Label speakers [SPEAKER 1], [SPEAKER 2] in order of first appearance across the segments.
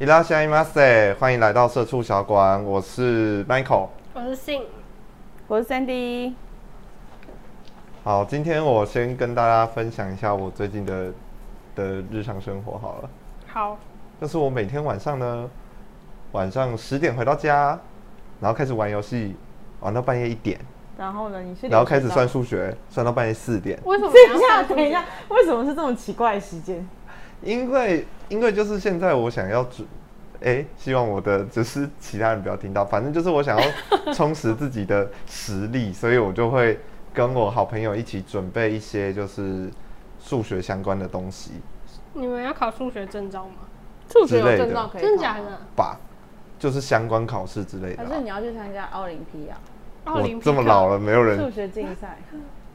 [SPEAKER 1] 伊拉西马塞，欢迎来到社畜小馆，我是 Michael。
[SPEAKER 2] 我是信，
[SPEAKER 3] 我是 Sandy，
[SPEAKER 1] 好，今天我先跟大家分享一下我最近的的日常生活好了。
[SPEAKER 2] 好，
[SPEAKER 1] 就是我每天晚上呢，晚上十点回到家，然后开始玩游戏，玩到半夜一点，
[SPEAKER 3] 然后呢，你是
[SPEAKER 1] 然后开始算数学，算到半夜四点。
[SPEAKER 2] 为什么
[SPEAKER 3] 等一
[SPEAKER 2] 你要
[SPEAKER 3] 下，
[SPEAKER 2] 删除
[SPEAKER 3] 等一下，为什么是这种奇怪的时间？
[SPEAKER 1] 因为因为就是现在我想要只，哎、希望我的就是其他人不要听到，反正就是我想要充实自己的实力，所以我就会跟我好朋友一起准备一些就是数学相关的东西
[SPEAKER 2] 你们要考数学证照吗？
[SPEAKER 3] 数
[SPEAKER 1] 学有之类的证照
[SPEAKER 3] 可
[SPEAKER 2] 真的假？的？
[SPEAKER 1] 吧，就是相关考试之类的
[SPEAKER 3] 可
[SPEAKER 1] 啊、
[SPEAKER 3] 是你要去参加奥林匹亚
[SPEAKER 2] 奥林
[SPEAKER 1] 我
[SPEAKER 2] 匹克
[SPEAKER 1] 这么老，了，没有
[SPEAKER 3] 数
[SPEAKER 1] 人
[SPEAKER 3] 学竞赛，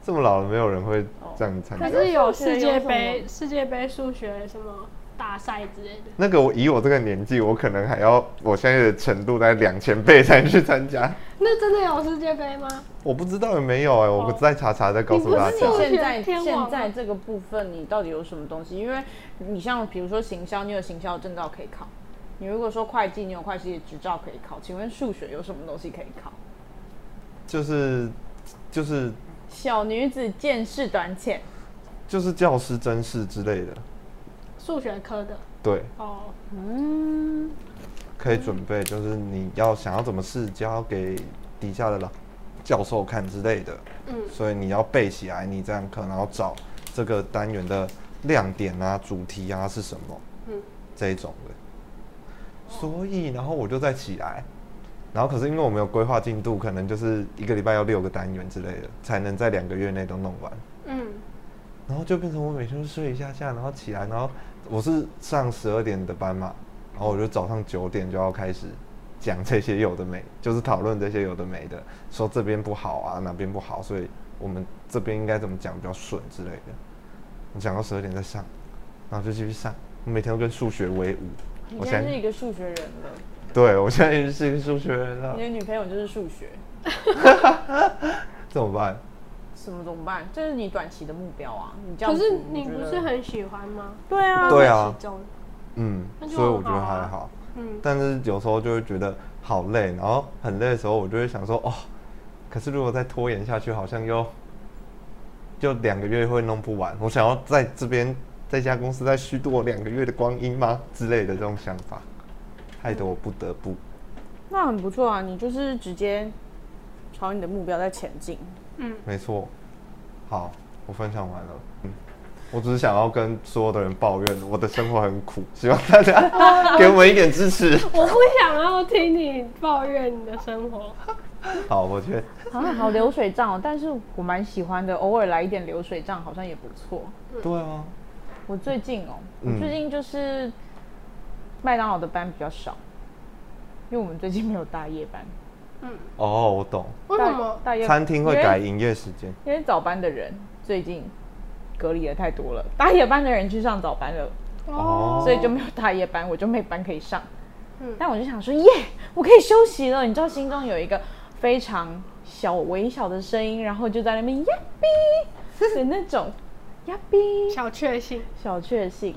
[SPEAKER 1] 这么老了，没有人会这样参加
[SPEAKER 2] 可。是有
[SPEAKER 3] 数学
[SPEAKER 2] 世界
[SPEAKER 3] 有什么
[SPEAKER 2] 杯、世界杯数学什么大赛之类的。
[SPEAKER 1] 那个我以我这个年纪，我可能还要我现在的程度在两千倍才去参加，
[SPEAKER 2] 那真的有世界杯吗？
[SPEAKER 1] 我不知道有没有哎、我
[SPEAKER 2] 哦
[SPEAKER 1] 再查查再告
[SPEAKER 2] 你
[SPEAKER 1] 诉
[SPEAKER 2] 不
[SPEAKER 1] 大
[SPEAKER 2] 是
[SPEAKER 1] 家。
[SPEAKER 2] 数学
[SPEAKER 3] 现在
[SPEAKER 2] 天王吗
[SPEAKER 3] 现在这个部分，你到底有什么东西？因为你像比如说行销，你有行销证照可以考；你如果说会计，你有会计的执照可以考。请问数学有什么东西可以考？
[SPEAKER 1] 就是就是
[SPEAKER 3] 小女子见识短浅，
[SPEAKER 1] 就是教师真试之类的，
[SPEAKER 2] 数学科的
[SPEAKER 1] 对，
[SPEAKER 2] 哦，
[SPEAKER 3] 嗯，
[SPEAKER 1] 可以准备，就是你要想要怎么试教给底下的老教授看之类的，
[SPEAKER 2] 嗯，
[SPEAKER 1] 所以你要背起来你这样课，然后找这个单元的亮点啊、主题啊是什么，
[SPEAKER 2] 嗯，
[SPEAKER 1] 这一种的。所以，然后我就再起来，然后可是因为我们有规划进度，可能就是一个礼拜要六个单元之类的，才能在两个月内都弄完。
[SPEAKER 2] 嗯，
[SPEAKER 1] 然后就变成我每天都睡一下下，然后起来，然后我是上十二点的班嘛，然后我就早上九点就要开始讲这些有的没， 就是讨论这些有的没的，说这边不好啊，哪边不好，所以我们这边应该怎么讲比较顺之类的。我讲到十二点再上，然后就继续上，我每天都跟数学为伍。
[SPEAKER 3] 你
[SPEAKER 1] 我
[SPEAKER 3] 现在
[SPEAKER 1] 现
[SPEAKER 3] 是
[SPEAKER 1] 在
[SPEAKER 3] 一个数学人了，
[SPEAKER 1] 对我现在是一个数学人了
[SPEAKER 3] 你，的女朋友就是数学，
[SPEAKER 1] 怎么办？
[SPEAKER 3] 什么怎么办？这是你短期的目标啊！你这样
[SPEAKER 2] 可
[SPEAKER 3] 子，
[SPEAKER 2] 是你不
[SPEAKER 3] 觉得
[SPEAKER 2] 是很喜欢吗？
[SPEAKER 3] 对啊？
[SPEAKER 1] 对啊
[SPEAKER 2] 其中，
[SPEAKER 1] 嗯，
[SPEAKER 2] 那就
[SPEAKER 1] 所以我
[SPEAKER 2] 很
[SPEAKER 1] 觉得
[SPEAKER 2] 好啊
[SPEAKER 1] 还好。
[SPEAKER 2] 嗯，
[SPEAKER 1] 但是有时候就会觉得好累，然后很累的时候，我就会想说，哦，可是如果再拖延下去，好像又就两个月会弄不完。我想要在这边在家公司再虚度我两个月的光阴吗之类的这种想法，害得我不得不
[SPEAKER 3] 那很不错啊！你就是直接朝你的目标在前进。
[SPEAKER 1] 没错。好，我分享完了。嗯，我只是想要跟所有的人抱怨我的生活很苦，希望大家给我们一点支持。
[SPEAKER 2] 我不想要听你抱怨你的生活。
[SPEAKER 1] 好，我觉得
[SPEAKER 3] 啊，好流水账哦，但是我蛮喜欢的，偶尔来一点流水账好像也不错。
[SPEAKER 1] 对啊，
[SPEAKER 3] 我最近哦，
[SPEAKER 1] 嗯
[SPEAKER 3] 我最近就是麦当劳的班比较少，因为我们最近没有大夜班。
[SPEAKER 1] 哦，我懂，
[SPEAKER 2] 为什么？
[SPEAKER 3] 大大夜
[SPEAKER 1] 餐厅会改
[SPEAKER 3] 因为
[SPEAKER 1] 营业时间。
[SPEAKER 3] 因为早班的人最近隔离的太多了，大夜班的人去上早班了，
[SPEAKER 1] 哦
[SPEAKER 3] 所以就没有大夜班，我就没班可以上。
[SPEAKER 2] 嗯
[SPEAKER 3] 但我就想说，耶，我可以休息了。你知道，心中有一个非常小、微小的声音，然后就在那边呀 哔的那种呀哔
[SPEAKER 2] 小确幸，
[SPEAKER 3] 小确幸。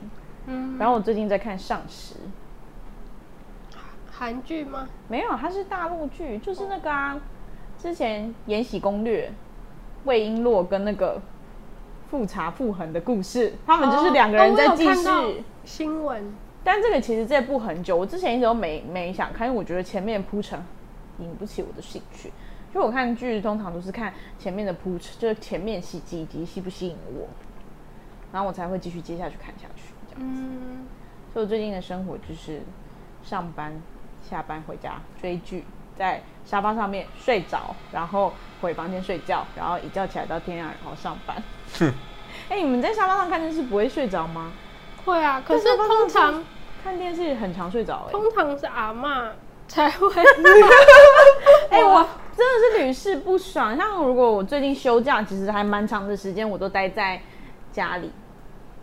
[SPEAKER 2] 嗯，
[SPEAKER 3] 然后我最近在看《上时》，
[SPEAKER 2] 韩剧吗？
[SPEAKER 3] 没有，它是大陆剧，就是那个啊，之前《延禧攻略》魏璎珞跟那个富察傅恒的故事，他们就是两个人在
[SPEAKER 2] 哦
[SPEAKER 3] 继
[SPEAKER 2] 我有看
[SPEAKER 3] 续。
[SPEAKER 2] 到新闻，
[SPEAKER 3] 但这个其实这部很久，我之前一直都没没想看，因为我觉得前面铺陈引不起我的兴趣。就我看剧通常都是看前面的铺陈，就是前面吸几集吸不吸引我，然后我才会继续接下去看下去。这样，
[SPEAKER 2] 嗯，
[SPEAKER 3] 所以我最近的生活就是上班、下班回家追剧，在沙发上面睡着，然后回房间睡觉，然后一觉起来到天亮，然后上班。 哎、你们在沙发上看电视不会睡着吗？
[SPEAKER 2] 会啊。可是
[SPEAKER 3] 但是
[SPEAKER 2] 通常
[SPEAKER 3] 看电视很常睡着哎、
[SPEAKER 2] 通常是阿嬷才会。
[SPEAKER 3] 哎、我真的是屡试不爽。像如果我最近休假，其实还蛮长的时间，我都待在家里，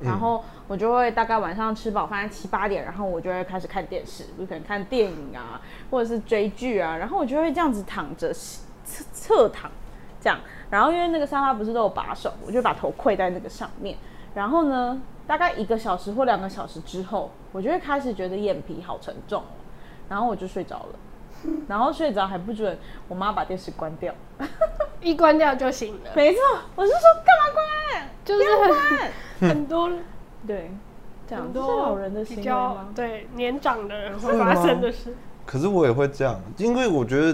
[SPEAKER 3] 然后我就会大概晚上吃饱饭七八点，然后我就会开始看电视，我可能看电影啊，或者是追剧啊，然后我就会这样子躺着侧侧躺。这样。然后因为那个沙发不是都有把手，我就把头跪在那个上面。然后呢，大概一个小时或两个小时之后，我就会开始觉得眼皮好沉重哦，然后我就睡着了。然后睡着还不准我妈把电视关掉，
[SPEAKER 2] 一关掉就醒了，
[SPEAKER 3] 没错，我是说干嘛关？
[SPEAKER 2] 就是
[SPEAKER 3] 关？
[SPEAKER 2] 很很多
[SPEAKER 3] 对，这样
[SPEAKER 2] 很
[SPEAKER 3] 这
[SPEAKER 2] 多
[SPEAKER 3] 是老人的行
[SPEAKER 2] 比
[SPEAKER 3] 为
[SPEAKER 2] 较
[SPEAKER 3] 吗？
[SPEAKER 2] 对年长的人
[SPEAKER 1] 会
[SPEAKER 2] 会
[SPEAKER 1] 吗
[SPEAKER 2] 发生的事，
[SPEAKER 1] 可是我也会这样，因为我觉得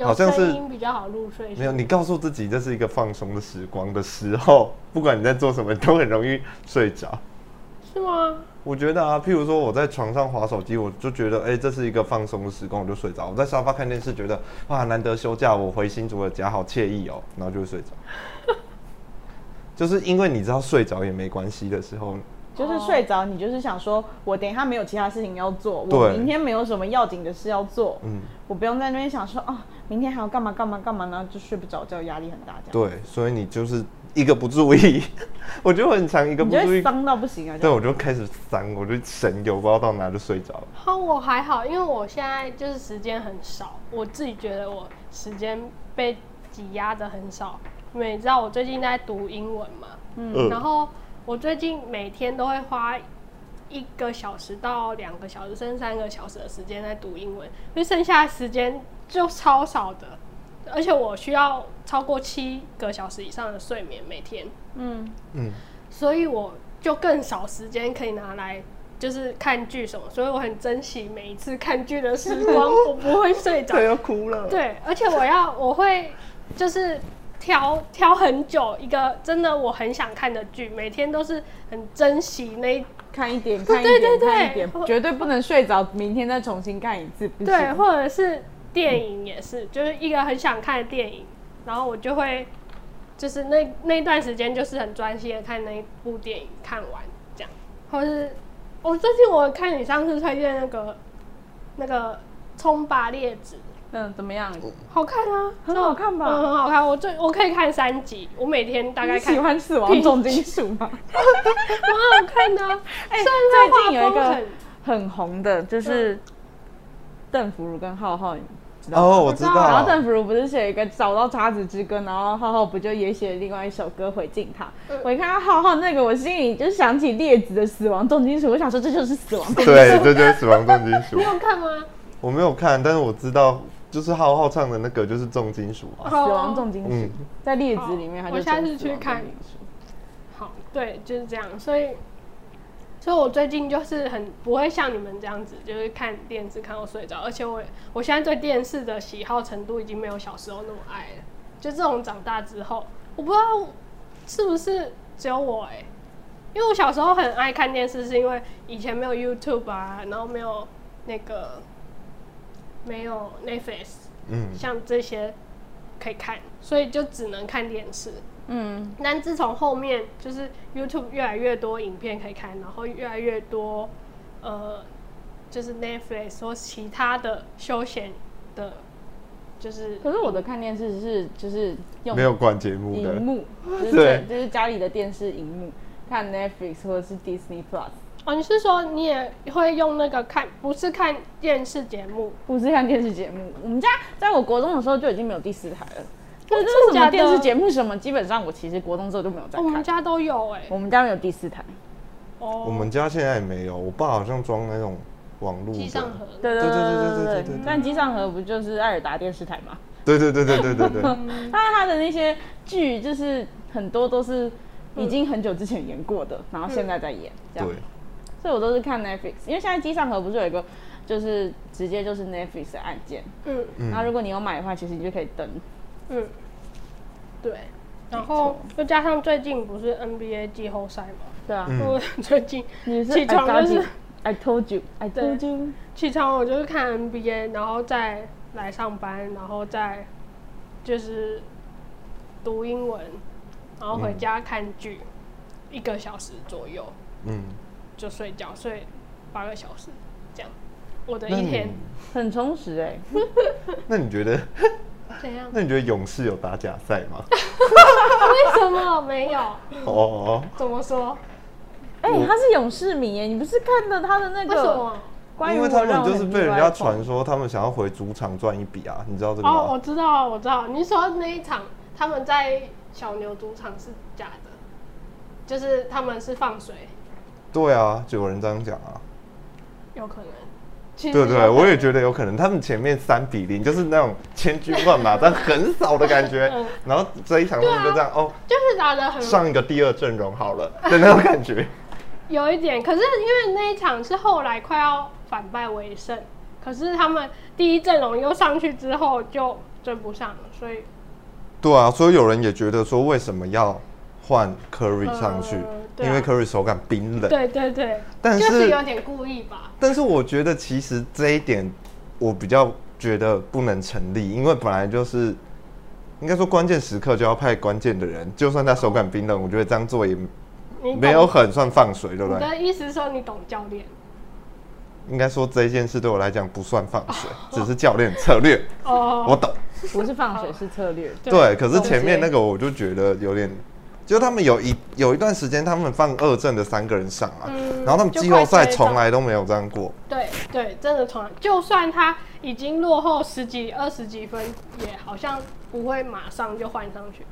[SPEAKER 1] 好
[SPEAKER 3] 哦
[SPEAKER 2] 有
[SPEAKER 1] 像是
[SPEAKER 2] 声音比较好入睡。
[SPEAKER 1] 没有，你告诉自己这是一个放松的时光的时候，不管你在做什么，你都很容易睡着。
[SPEAKER 2] 是吗？
[SPEAKER 1] 我觉得啊，譬如说我在床上划手机，我就觉得哎、这是一个放松的时光，我就睡着；我在沙发看电视，觉得哇，难得休假，我回新竹的家好惬意哦， 然后就会睡着。就是因为你知道睡着也没关系的时候，
[SPEAKER 3] 就是睡着，你就是想说，我等一下没有其他事情要做，我
[SPEAKER 1] 对
[SPEAKER 3] 明天没有什么要紧的事要做，
[SPEAKER 1] 嗯，
[SPEAKER 3] 我不用在那边想说，哦，明天还要干嘛干嘛干嘛呢，就睡不着觉，压力很大，这样，
[SPEAKER 1] 对，所以你就是一个不注意， 我就很常一个
[SPEAKER 3] 你
[SPEAKER 1] 不
[SPEAKER 3] 就
[SPEAKER 1] 注
[SPEAKER 3] 会
[SPEAKER 1] 意，
[SPEAKER 3] 伤到不行啊，这
[SPEAKER 1] 对，
[SPEAKER 3] 样
[SPEAKER 1] 我就开始闪，我就神游，不知道到哪就睡着了。
[SPEAKER 2] 哦，我还好，因为我现在就是时间很少，我自己觉得我时间被挤压的很少。因为你知道我最近在读英文嘛，
[SPEAKER 1] 嗯
[SPEAKER 2] 然后我最近每天都会花一个小时到两个小时，甚至三个小时的时间在读英文，因为剩下的时间就超少的，而且我需要超过七个小时以上的睡眠每天，
[SPEAKER 3] 嗯，
[SPEAKER 1] 嗯，
[SPEAKER 2] 所以我就更少时间可以拿来。就是看剧什么，所以我很珍惜每一次看剧的时光，我不会睡着
[SPEAKER 1] 对，。要哭了。
[SPEAKER 2] 对，而且我要我会就是挑挑很久一个真的我很想看的剧，每天都是很珍惜那一
[SPEAKER 3] 看一点看一
[SPEAKER 2] 对对
[SPEAKER 3] 点
[SPEAKER 2] 对
[SPEAKER 3] 看一点，
[SPEAKER 2] 我
[SPEAKER 3] 绝对不能睡着，明天再重新看一次，不行
[SPEAKER 2] 对，或者是电影也是，就是一个很想看的电影，然后我就会就是那那一段时间就是很专心的看那一部电影看完这样，或是我最近我看你上次推荐那个那个葱拔列子。
[SPEAKER 3] 嗯，怎么样？
[SPEAKER 2] 好看啊，
[SPEAKER 3] 很好看吧
[SPEAKER 2] 嗯，很好看。我最我可以看三集，我每天大概
[SPEAKER 3] 你
[SPEAKER 2] 看
[SPEAKER 3] 喜欢死亡
[SPEAKER 2] 屁
[SPEAKER 3] 重金属吗？
[SPEAKER 2] 蛮好看的、啊。
[SPEAKER 3] 哎
[SPEAKER 2] 虽
[SPEAKER 3] 最近
[SPEAKER 2] 然
[SPEAKER 3] 有一
[SPEAKER 2] 它画
[SPEAKER 3] 个
[SPEAKER 2] 风
[SPEAKER 3] 很红的，
[SPEAKER 2] 嗯
[SPEAKER 3] 就是邓福如跟浩浩，你知道吗
[SPEAKER 1] 哦，我
[SPEAKER 2] 知
[SPEAKER 1] 知
[SPEAKER 2] 道
[SPEAKER 1] 道。
[SPEAKER 3] 然 后邓福如不是写一个找到渣子之歌，然后浩浩不就也写另外一首歌回敬他？
[SPEAKER 2] 嗯
[SPEAKER 3] 我一看到浩浩那个，我心里就想起列子的死亡重金属，我想说这就是死亡重金属。
[SPEAKER 1] 对，这就是死亡重金属
[SPEAKER 2] 很，。你有看吗？
[SPEAKER 1] 我没有看，但是我知道，就是浩浩唱的那个就是重金属啊。
[SPEAKER 2] 好
[SPEAKER 3] 死亡重金属、
[SPEAKER 1] 嗯
[SPEAKER 3] 在列子里面，
[SPEAKER 2] 好
[SPEAKER 3] 他就
[SPEAKER 2] 哦我下次
[SPEAKER 3] 写死亡
[SPEAKER 2] 去看
[SPEAKER 3] 重金属
[SPEAKER 2] 好，对，就是这样。所以，所以我最近就是很不会像你们这样子，就是看电视看到睡着，而且我我现在对电视的喜好程度已经没有小时候那么爱了。就这种长大之后，我不知道是不是只有我哎、因为我小时候很爱看电视，是因为以前没有 YouTube 啊，然后没有那个没有 Netflix，
[SPEAKER 1] 嗯，
[SPEAKER 2] 像这些可以看，所以就只能看电视。
[SPEAKER 3] 嗯，
[SPEAKER 2] 但自从后面就是 YouTube 越来越多影片可以看，然后越来越多呃，就是 Netflix 或其他的休闲的，就是
[SPEAKER 3] 可是我的看电视是就是用
[SPEAKER 1] 没有管节目的
[SPEAKER 3] 荧。幕，就是
[SPEAKER 1] 对
[SPEAKER 3] 就是家里的电视荧幕看 Netflix 或者是 Disney Plus，
[SPEAKER 2] 哦，你是说你也会用那个看，不是看电视节目？
[SPEAKER 3] 不是看电视节目。我们家在我国中的时候就已经没有第四台了。
[SPEAKER 2] 哦真
[SPEAKER 3] 就是
[SPEAKER 2] 的
[SPEAKER 3] 什么
[SPEAKER 2] 假
[SPEAKER 3] 电视
[SPEAKER 2] 的？
[SPEAKER 3] 节目什么，基本上我其实国中之后就没有再
[SPEAKER 2] 哦我们
[SPEAKER 3] 看。
[SPEAKER 2] 家都有哎、
[SPEAKER 3] 我们家没有第四台，
[SPEAKER 2] 哦，
[SPEAKER 1] 我们家现在也没有，我爸好像装那种网络
[SPEAKER 2] 机上
[SPEAKER 1] 的。
[SPEAKER 2] 盒。
[SPEAKER 3] 对对
[SPEAKER 1] 对对对对对对
[SPEAKER 3] 但机上盒不就是艾尔达电视台吗？
[SPEAKER 1] 对对对对对对 对。
[SPEAKER 2] 嗯
[SPEAKER 3] 但是它的那些剧就是很多都是已经很久之前演过
[SPEAKER 2] 嗯
[SPEAKER 3] 的，然后现在在演这样
[SPEAKER 1] 对。，
[SPEAKER 3] 所以我都是看 Netflix，因为现在机上盒不是有一个就是直接就是 Netflix 的按键，
[SPEAKER 2] 嗯
[SPEAKER 3] 然后如果你有买的话，其实你就可以登。
[SPEAKER 2] 嗯，对。然后又加上最近不是 NBA 季后赛嘛，
[SPEAKER 3] 对啊，
[SPEAKER 1] 嗯
[SPEAKER 2] 我 最近
[SPEAKER 3] 你是
[SPEAKER 2] 起
[SPEAKER 3] I
[SPEAKER 2] 床
[SPEAKER 3] got
[SPEAKER 2] 就是
[SPEAKER 3] you, I told you, I
[SPEAKER 2] 对
[SPEAKER 3] told you。
[SPEAKER 2] 起床我就是看 NBA，然后再来上班，然后再就是读英文，然后回家看剧，一个小时左右
[SPEAKER 1] 嗯，
[SPEAKER 2] 就睡觉，睡八个小时这样。我的
[SPEAKER 1] 那
[SPEAKER 2] 一
[SPEAKER 1] 你
[SPEAKER 2] 天
[SPEAKER 3] 很充实哎、
[SPEAKER 1] 那你觉得，？
[SPEAKER 2] 怎样
[SPEAKER 1] 那你觉得勇士有打假赛 吗？
[SPEAKER 2] 为什么没有？
[SPEAKER 1] 哦，
[SPEAKER 2] 怎么说？
[SPEAKER 3] 哎、他是勇士迷哎耶，你不是看了他的那
[SPEAKER 2] 为什
[SPEAKER 3] 个
[SPEAKER 2] 么？
[SPEAKER 3] 关于
[SPEAKER 1] 因
[SPEAKER 3] 我
[SPEAKER 1] 为他们
[SPEAKER 3] 让我
[SPEAKER 1] 就是
[SPEAKER 3] 很
[SPEAKER 1] 被
[SPEAKER 3] 意
[SPEAKER 1] 人
[SPEAKER 3] 外
[SPEAKER 1] 家
[SPEAKER 3] 的
[SPEAKER 1] 传
[SPEAKER 3] 痛
[SPEAKER 1] 说，他们想要回主场赚一笔啊，你知道这个
[SPEAKER 2] 哦，我
[SPEAKER 1] 吗？
[SPEAKER 2] 知道，我知道，你说那一场他们在小牛赌场是假的，就是他们是放水，
[SPEAKER 1] 对啊，就有人这样讲啊。
[SPEAKER 2] 有可能。其实
[SPEAKER 1] 对
[SPEAKER 2] 有
[SPEAKER 1] 对，
[SPEAKER 2] 可能
[SPEAKER 1] 我也觉得有可能。他们前面三比零就是那种千军万马，但很少的感觉
[SPEAKER 2] 嗯。啊
[SPEAKER 1] 然后这一场他们就这样、哦，
[SPEAKER 2] 就是打得很
[SPEAKER 1] 上一个第二阵容好了的那种感觉。
[SPEAKER 2] 有一点，可是因为那一场是后来快要反败为胜，可是他们第一阵容又上去之后就追不上了，所以
[SPEAKER 1] 对啊，所以有人也觉得说，为什么要换 Curry 上去？
[SPEAKER 2] 呃对啊
[SPEAKER 1] 因为 Curry 手感冰冷。
[SPEAKER 2] 对对对，
[SPEAKER 1] 但
[SPEAKER 2] 就是有点故意吧。
[SPEAKER 1] 但是我觉得其实这一点，我比较觉得不能成立，因为本来就是应该说关键时刻就要派关键的人，就算他手感冰冷，我觉得这样做也
[SPEAKER 2] 你懂
[SPEAKER 1] 没有，很算放水，对不
[SPEAKER 2] 你
[SPEAKER 1] 对？
[SPEAKER 2] 的意思是说你懂教练
[SPEAKER 1] 应该说这件事对我来讲不算放水，只是教练策略，我
[SPEAKER 2] 哦？
[SPEAKER 1] 懂。
[SPEAKER 3] 不是放水，是策略。
[SPEAKER 1] 对，可是前面
[SPEAKER 3] 了解
[SPEAKER 1] 那个我就觉得有点，就他们有一有一段时间他们放二阵的三个人上啊，
[SPEAKER 2] 嗯
[SPEAKER 1] 然后他们
[SPEAKER 2] 就
[SPEAKER 1] 季
[SPEAKER 2] 快
[SPEAKER 1] 后赛
[SPEAKER 2] 追
[SPEAKER 1] 从
[SPEAKER 2] 到
[SPEAKER 1] 来都没有这样过。
[SPEAKER 2] 对对，真的从来，就算他已经落后十几、二十几分，也好像不会马上就换上去。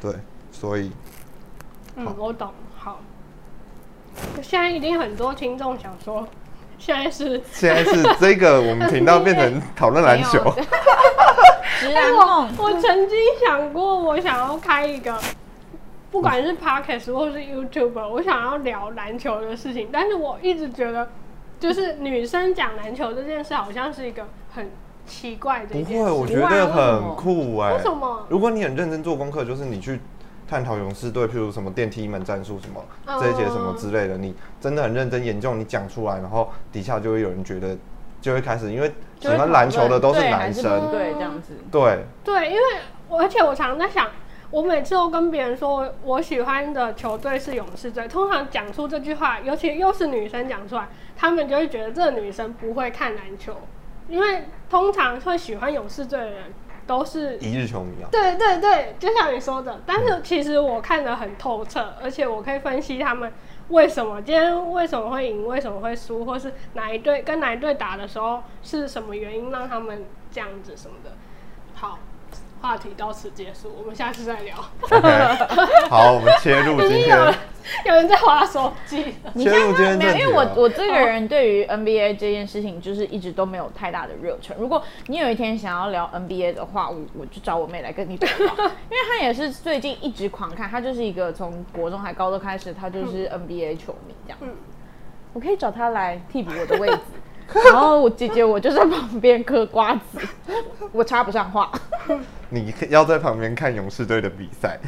[SPEAKER 1] 对，所以好
[SPEAKER 2] 嗯，我懂。好，现在一定很多听众想说，现在是
[SPEAKER 1] 现在是这个我们频道变成讨论篮球
[SPEAKER 3] 没有。直男
[SPEAKER 2] 我
[SPEAKER 3] 梦，
[SPEAKER 2] 我曾经想过，我想要开一个，不管是 podcast 或是 YouTube，我想要聊篮球的事情，但是我一直觉得，就是女生讲篮球这件事，好像是一个很奇怪的一
[SPEAKER 1] 不
[SPEAKER 2] 件
[SPEAKER 1] 会，我
[SPEAKER 2] 事。
[SPEAKER 1] 觉得很酷哎、
[SPEAKER 2] 为什么
[SPEAKER 1] 如果你很认真做功课，就是你去探讨勇士队，譬如什么电梯门战术什么
[SPEAKER 2] 嗯
[SPEAKER 3] 哦
[SPEAKER 1] 这一节什么之类的，你真的很认真研究，你讲出来，然后底下就会有人觉得，就会开始，因为喜
[SPEAKER 3] 就会讨
[SPEAKER 1] 欢
[SPEAKER 3] 论
[SPEAKER 1] 篮球的都是
[SPEAKER 3] 对
[SPEAKER 1] 男
[SPEAKER 3] 还不
[SPEAKER 1] 生，
[SPEAKER 3] 对，这样子。
[SPEAKER 1] 对，
[SPEAKER 2] 对，因为我而且我常在想，我每次都跟别人说我我喜欢的球队是勇士队，通常讲出这句话，尤其又是女生讲出来，他们就会觉得这女生不会看篮球，因为通常会喜欢勇士队的人都是
[SPEAKER 1] 一日球迷 啊，
[SPEAKER 2] 对对对，就像你说的，但是其实我看得很透彻，而且我可以分析他们为什么今天为什么会赢，为什么会输，或是哪一队跟哪一队打的时候是什么原因让他们这样子什么的。好，话题到此结束，我们下次再聊。
[SPEAKER 1] OK，好，我们切入今
[SPEAKER 2] 有人
[SPEAKER 1] 天，
[SPEAKER 2] 有人在划手机，
[SPEAKER 3] 你
[SPEAKER 1] 切
[SPEAKER 3] 像
[SPEAKER 1] 入今天
[SPEAKER 3] 没有，
[SPEAKER 1] 正
[SPEAKER 3] 因
[SPEAKER 1] 题啊
[SPEAKER 3] 为我
[SPEAKER 1] 了
[SPEAKER 3] 我这个人对于 NBA 这件事情就是一直都没有太大的热忱。如果你有一天想要聊 NBA 的话，我我就找我妹来跟你讲吧，因为她也是最近一直狂看，她就是一个从国中还高中开始，她就是 NBA 球迷这样。
[SPEAKER 2] 嗯
[SPEAKER 3] 我可以找她来替补我的位置，然后我姐姐我就在旁边嗑瓜子，我插不上话。
[SPEAKER 1] 你要在旁边看勇士队的比 赛，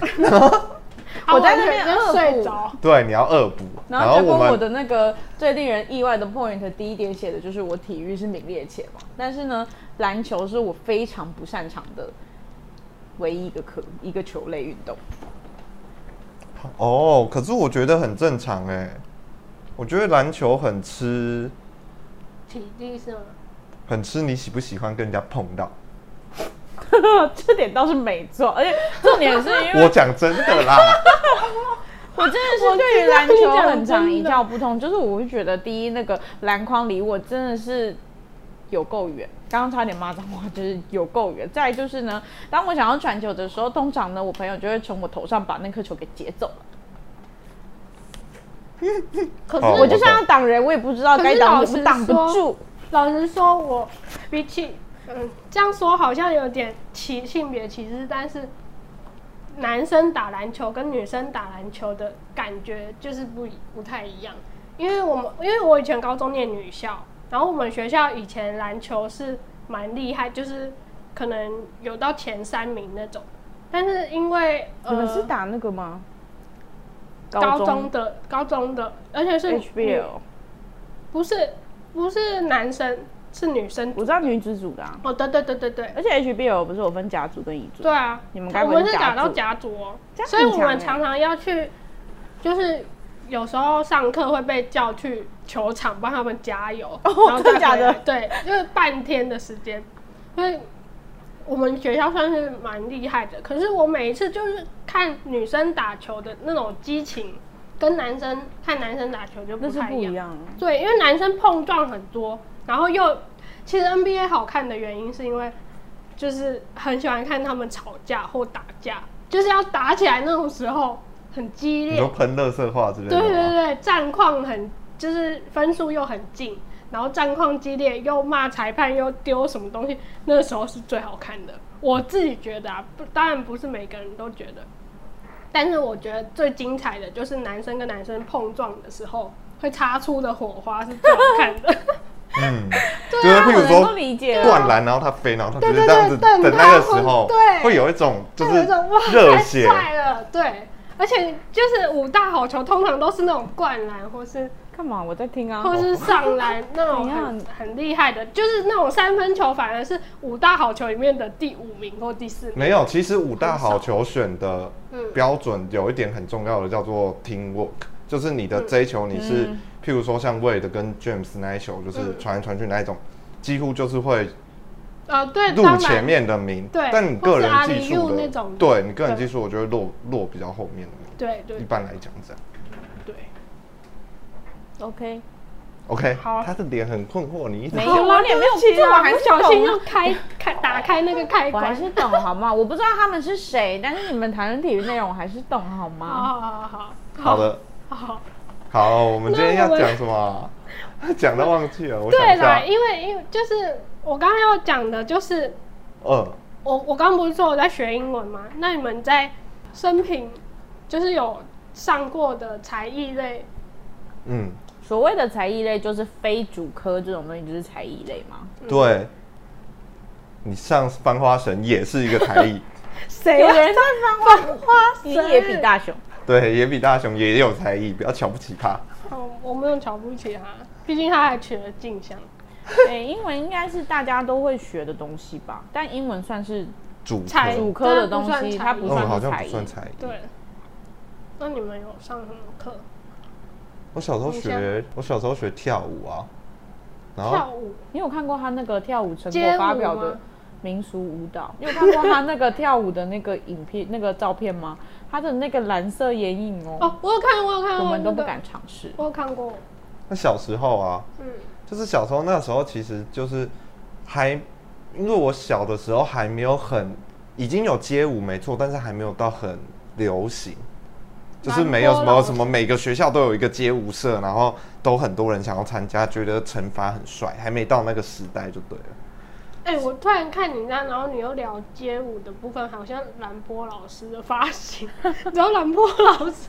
[SPEAKER 3] 我在那
[SPEAKER 2] 完
[SPEAKER 3] 边
[SPEAKER 2] 全就
[SPEAKER 3] 恶
[SPEAKER 2] 睡
[SPEAKER 3] 补
[SPEAKER 2] 着，
[SPEAKER 1] 对，你要恶补，
[SPEAKER 3] 然后结
[SPEAKER 1] 我
[SPEAKER 3] 果我
[SPEAKER 1] 们
[SPEAKER 3] 的那个最令人意外的 point，第一点写的就是我体育是名列前茅，但是呢，篮球是我非常不擅长的唯一一个科一个球类运动。
[SPEAKER 1] 哦，可是我觉得很正常哎、我觉得篮球很吃
[SPEAKER 2] 体力是吗？
[SPEAKER 1] 很吃你喜不喜欢跟人家碰到。
[SPEAKER 3] 这点倒是没错，而且啊重点 是因为
[SPEAKER 1] 我讲真的 啦，
[SPEAKER 3] 我真的是对于篮球很常一窍不通，就是我会觉得第一那个篮筐离我真的是有够远，刚刚差点骂脏话，就是有够远。再来就是呢，当我想要传球的时候，通常呢我朋友就会从我头上把那颗球给截走了。
[SPEAKER 2] 可是
[SPEAKER 1] 哦
[SPEAKER 3] 我就是要挡人，我也不知道该挡不挡不住。
[SPEAKER 2] 老实说，我比起嗯这样说好像有点歧性别歧视，但是男生打篮球跟女生打篮球的感觉就是不一不太一样，因为我们因为我以前高中念女校，然后我们学校以前篮球是蛮厉害，就是可能有到前三名那种，但是因为
[SPEAKER 3] 你们是
[SPEAKER 2] 呃
[SPEAKER 3] 打那个吗？
[SPEAKER 2] 高中嗯的高中的，而且是女
[SPEAKER 3] HBL，
[SPEAKER 2] 不是不是男生是女生
[SPEAKER 3] 我知道女子组的、啊，
[SPEAKER 2] 哦，对对对对对，
[SPEAKER 3] 而且 HBL 不是有分甲组跟乙组
[SPEAKER 2] 对，啊，
[SPEAKER 3] 你们该
[SPEAKER 2] 我
[SPEAKER 3] 不会
[SPEAKER 2] 们
[SPEAKER 3] 是
[SPEAKER 2] 是打
[SPEAKER 3] 甲
[SPEAKER 2] 到
[SPEAKER 3] 组
[SPEAKER 2] 甲组哦，
[SPEAKER 3] 这样
[SPEAKER 2] 所以
[SPEAKER 3] 很
[SPEAKER 2] 我
[SPEAKER 3] 强
[SPEAKER 2] 们
[SPEAKER 3] 欸
[SPEAKER 2] 常常要去，就是有时候上课会被叫去球场帮他们加油，
[SPEAKER 3] 哦
[SPEAKER 2] 然后再
[SPEAKER 3] 真的假
[SPEAKER 2] 回来
[SPEAKER 3] 的
[SPEAKER 2] 对，就是半天的时间，所以我们学校算是蛮厉害的。可是我每一次就是看女生打球的那种激情，跟男生看男生打球就
[SPEAKER 3] 那
[SPEAKER 2] 不
[SPEAKER 3] 是
[SPEAKER 2] 太
[SPEAKER 3] 不
[SPEAKER 2] 一样
[SPEAKER 3] 一。样啊。
[SPEAKER 2] 对，因为男生碰撞很多，然后又其实 NBA 好看的原因是因为就是很喜欢看他们吵架或打架，就是要打起来那种时候很激
[SPEAKER 1] 你
[SPEAKER 2] 烈
[SPEAKER 1] 说，喷乐色话之类的
[SPEAKER 2] 对
[SPEAKER 1] 吗，
[SPEAKER 2] 对对，战况很就是分数又很近，然后战况激烈，又骂裁判又丢什么东西，那时候是最好看的。我自己觉得啊，不，当然不是每个人都觉得，但是我觉得最精彩的就是男生跟男生碰撞的时候会擦出的火花是最好看 的。
[SPEAKER 1] 嗯，就
[SPEAKER 3] 对
[SPEAKER 1] 是
[SPEAKER 3] 啊，
[SPEAKER 1] 譬
[SPEAKER 3] 我
[SPEAKER 1] 如
[SPEAKER 3] 能够
[SPEAKER 1] 说
[SPEAKER 3] 理解啊。
[SPEAKER 1] 灌篮，然后他飞，然后他
[SPEAKER 2] 对
[SPEAKER 1] 就是
[SPEAKER 2] 对
[SPEAKER 1] 这样子
[SPEAKER 2] 对
[SPEAKER 1] 等
[SPEAKER 2] 对
[SPEAKER 1] 那个
[SPEAKER 2] 他
[SPEAKER 1] 时候，
[SPEAKER 2] 对
[SPEAKER 1] 会有一种就
[SPEAKER 2] 会有
[SPEAKER 1] 是
[SPEAKER 2] 一种哇，
[SPEAKER 1] 热
[SPEAKER 2] 太
[SPEAKER 1] 血，
[SPEAKER 2] 帅了， 对。而且就是五大好球，通常都是那种灌篮或是
[SPEAKER 3] 干嘛？我在听啊。
[SPEAKER 2] 或是上篮那种
[SPEAKER 3] 怎样
[SPEAKER 2] 很很厉害的，就是那种三分球，反而是五大好球里面的第五名或第四名。
[SPEAKER 1] 没有，其实五大好球选的
[SPEAKER 2] 嗯
[SPEAKER 1] 标准有一点很重要的，叫做 team work，就是你的这一球你是，
[SPEAKER 3] 嗯
[SPEAKER 1] 譬如说像 Wade 跟 James 那一球，就是
[SPEAKER 2] 嗯
[SPEAKER 1] 传来传去那一种，几乎就是会
[SPEAKER 2] 呃，对，
[SPEAKER 1] 入
[SPEAKER 2] 当
[SPEAKER 1] 前
[SPEAKER 2] 然，
[SPEAKER 1] 面的名，
[SPEAKER 2] 对
[SPEAKER 1] 但你个人
[SPEAKER 2] 或是
[SPEAKER 1] 技
[SPEAKER 2] alley-oop
[SPEAKER 1] 术
[SPEAKER 2] 那
[SPEAKER 1] 的
[SPEAKER 2] 种，
[SPEAKER 1] 对你个人
[SPEAKER 2] 对
[SPEAKER 1] 技术，我觉得落落比较后面的名，
[SPEAKER 2] 对对
[SPEAKER 1] 一般来讲这样。
[SPEAKER 2] 对，
[SPEAKER 1] 嗯
[SPEAKER 3] OK，
[SPEAKER 1] OK，
[SPEAKER 2] 好
[SPEAKER 1] 他的脸很困惑，你一直
[SPEAKER 3] 没有啊，你也没有
[SPEAKER 2] 其实
[SPEAKER 3] 这
[SPEAKER 2] 我
[SPEAKER 3] 我还
[SPEAKER 2] 还
[SPEAKER 3] 是
[SPEAKER 2] 不小心
[SPEAKER 3] 懂啊
[SPEAKER 2] 又开开打开那个开
[SPEAKER 3] 我还
[SPEAKER 2] 关。
[SPEAKER 3] 是懂好吗？ 我不知道他们是谁，但是你们谈论体育内容，我还是懂好
[SPEAKER 2] 好
[SPEAKER 3] 吗？
[SPEAKER 2] 好好好
[SPEAKER 1] 好，的。
[SPEAKER 2] 好好。
[SPEAKER 1] 好，我们今天
[SPEAKER 2] 那我
[SPEAKER 1] 要
[SPEAKER 2] 们
[SPEAKER 1] 讲什么啊？ 讲到忘记了，我想
[SPEAKER 2] 对
[SPEAKER 1] 一
[SPEAKER 2] 啦，
[SPEAKER 1] 下。啊
[SPEAKER 2] 因为因为就是我刚刚要讲的就是
[SPEAKER 1] 嗯，
[SPEAKER 2] 我我刚不是说我在学英文吗？那你们在生平就是有上过的才艺类，
[SPEAKER 1] 嗯，
[SPEAKER 3] 所谓的才艺类就是非主科这种东西，就是才艺类吗？
[SPEAKER 1] 对。你上翻花绳也是一个才 艺，
[SPEAKER 2] 谁
[SPEAKER 3] 有
[SPEAKER 2] 啊
[SPEAKER 3] 人在翻花花神，也比大雄。
[SPEAKER 1] 对，野比大雄也有才艺，不要瞧不起他。
[SPEAKER 2] 哦，我没有瞧不起他，毕竟他还取了镜像。
[SPEAKER 3] 对，英文应该是大家都会学的东西吧？但英文算是
[SPEAKER 1] 主科
[SPEAKER 2] 才
[SPEAKER 3] 主科的东
[SPEAKER 2] 但不算
[SPEAKER 3] 西，
[SPEAKER 2] 才艺
[SPEAKER 3] 它不
[SPEAKER 1] 嗯，好
[SPEAKER 3] 算是
[SPEAKER 1] 像
[SPEAKER 3] 才
[SPEAKER 1] 不
[SPEAKER 3] 艺。
[SPEAKER 1] 算才艺。
[SPEAKER 2] 对，那你们有上什么课？
[SPEAKER 1] 我小时候
[SPEAKER 2] 你像
[SPEAKER 1] 学，我小时候学跳舞啊，然
[SPEAKER 2] 跳
[SPEAKER 1] 后
[SPEAKER 2] 舞、
[SPEAKER 3] 你有看过他那个跳舞成
[SPEAKER 2] 街
[SPEAKER 3] 果
[SPEAKER 2] 舞
[SPEAKER 3] 发表的
[SPEAKER 2] 吗？
[SPEAKER 3] 民俗舞蹈？你有看过他那个跳舞的那个影片、那个照片吗？他的那个蓝色眼影哦，
[SPEAKER 2] 哦，我有看，我有看，有
[SPEAKER 3] 我们都
[SPEAKER 2] 那
[SPEAKER 3] 不
[SPEAKER 2] 个
[SPEAKER 3] 敢尝试。
[SPEAKER 2] 我有看过，
[SPEAKER 1] 那小时候啊，
[SPEAKER 2] 嗯，
[SPEAKER 1] 就是小时候那时候其实就是还，因为我小的时候还没有很，已经有街舞没错，但是还没有到很流行，就是没有什
[SPEAKER 2] 蛮多
[SPEAKER 1] 么
[SPEAKER 2] 啦
[SPEAKER 1] 什么每个学校都有一个街舞社，然后都很多人想要参加，觉得惩罚很帅，还没到那个时代就对了。
[SPEAKER 2] 哎、我突然看你那，然后你又聊街舞的部分，好像兰波老师的发 型，然后兰波老师，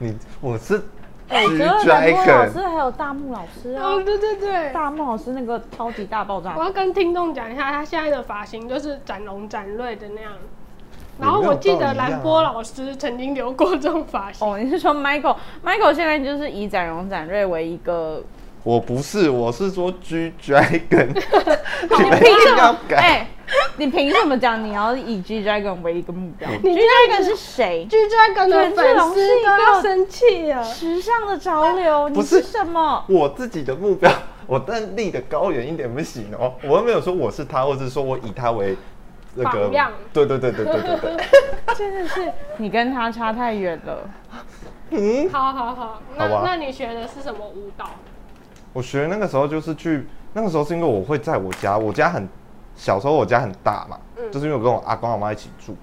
[SPEAKER 1] 你我是
[SPEAKER 3] 哎，
[SPEAKER 1] G
[SPEAKER 3] 除了南波老
[SPEAKER 1] Dragon
[SPEAKER 3] 师，还有大木老师啊，
[SPEAKER 2] 哦，对对对，
[SPEAKER 3] 大木老师那个超级大爆炸
[SPEAKER 2] 我，要跟听众讲一下，他现在的发型就是展龙展瑞的那样。
[SPEAKER 1] 也
[SPEAKER 2] 然后
[SPEAKER 1] 没有
[SPEAKER 2] 我记
[SPEAKER 1] 到
[SPEAKER 2] 得
[SPEAKER 1] 一
[SPEAKER 2] 兰
[SPEAKER 1] 样
[SPEAKER 2] 波
[SPEAKER 1] 啊
[SPEAKER 2] 老师曾经留过这种发型，
[SPEAKER 3] 哦，你是说 Michael？Michael 现在就是以展荣、展瑞为一个
[SPEAKER 1] 我不是，我是说 G Dragon，你们
[SPEAKER 3] 凭
[SPEAKER 1] 一
[SPEAKER 3] 什
[SPEAKER 1] 定要
[SPEAKER 3] 么？
[SPEAKER 1] 改。
[SPEAKER 3] 哎，你凭什么讲你要以 G Dragon 为一个目标？G
[SPEAKER 2] 你这样
[SPEAKER 3] Dragon 是谁？
[SPEAKER 2] 巨专跟的粉丝都要生气啊了。
[SPEAKER 3] 时尚的潮流，你
[SPEAKER 1] 不是
[SPEAKER 3] 是什
[SPEAKER 2] 哦
[SPEAKER 3] 么？
[SPEAKER 1] 我自己的目标， 我但立的高远一点不行哦。我又没有说我是他，或者说我以他为那个
[SPEAKER 2] 榜样
[SPEAKER 1] 对对对对对对对。
[SPEAKER 3] 真的是你跟他差太远了。
[SPEAKER 1] 嗯，
[SPEAKER 2] 好好好，那
[SPEAKER 1] 好吧
[SPEAKER 2] 那你学的是什么舞蹈？
[SPEAKER 1] 我学那个时候就是去，那个时候是因为我会在我家，我家很小时候我家很大嘛，
[SPEAKER 2] 嗯
[SPEAKER 1] 就是因为我跟我阿公阿妈一起住，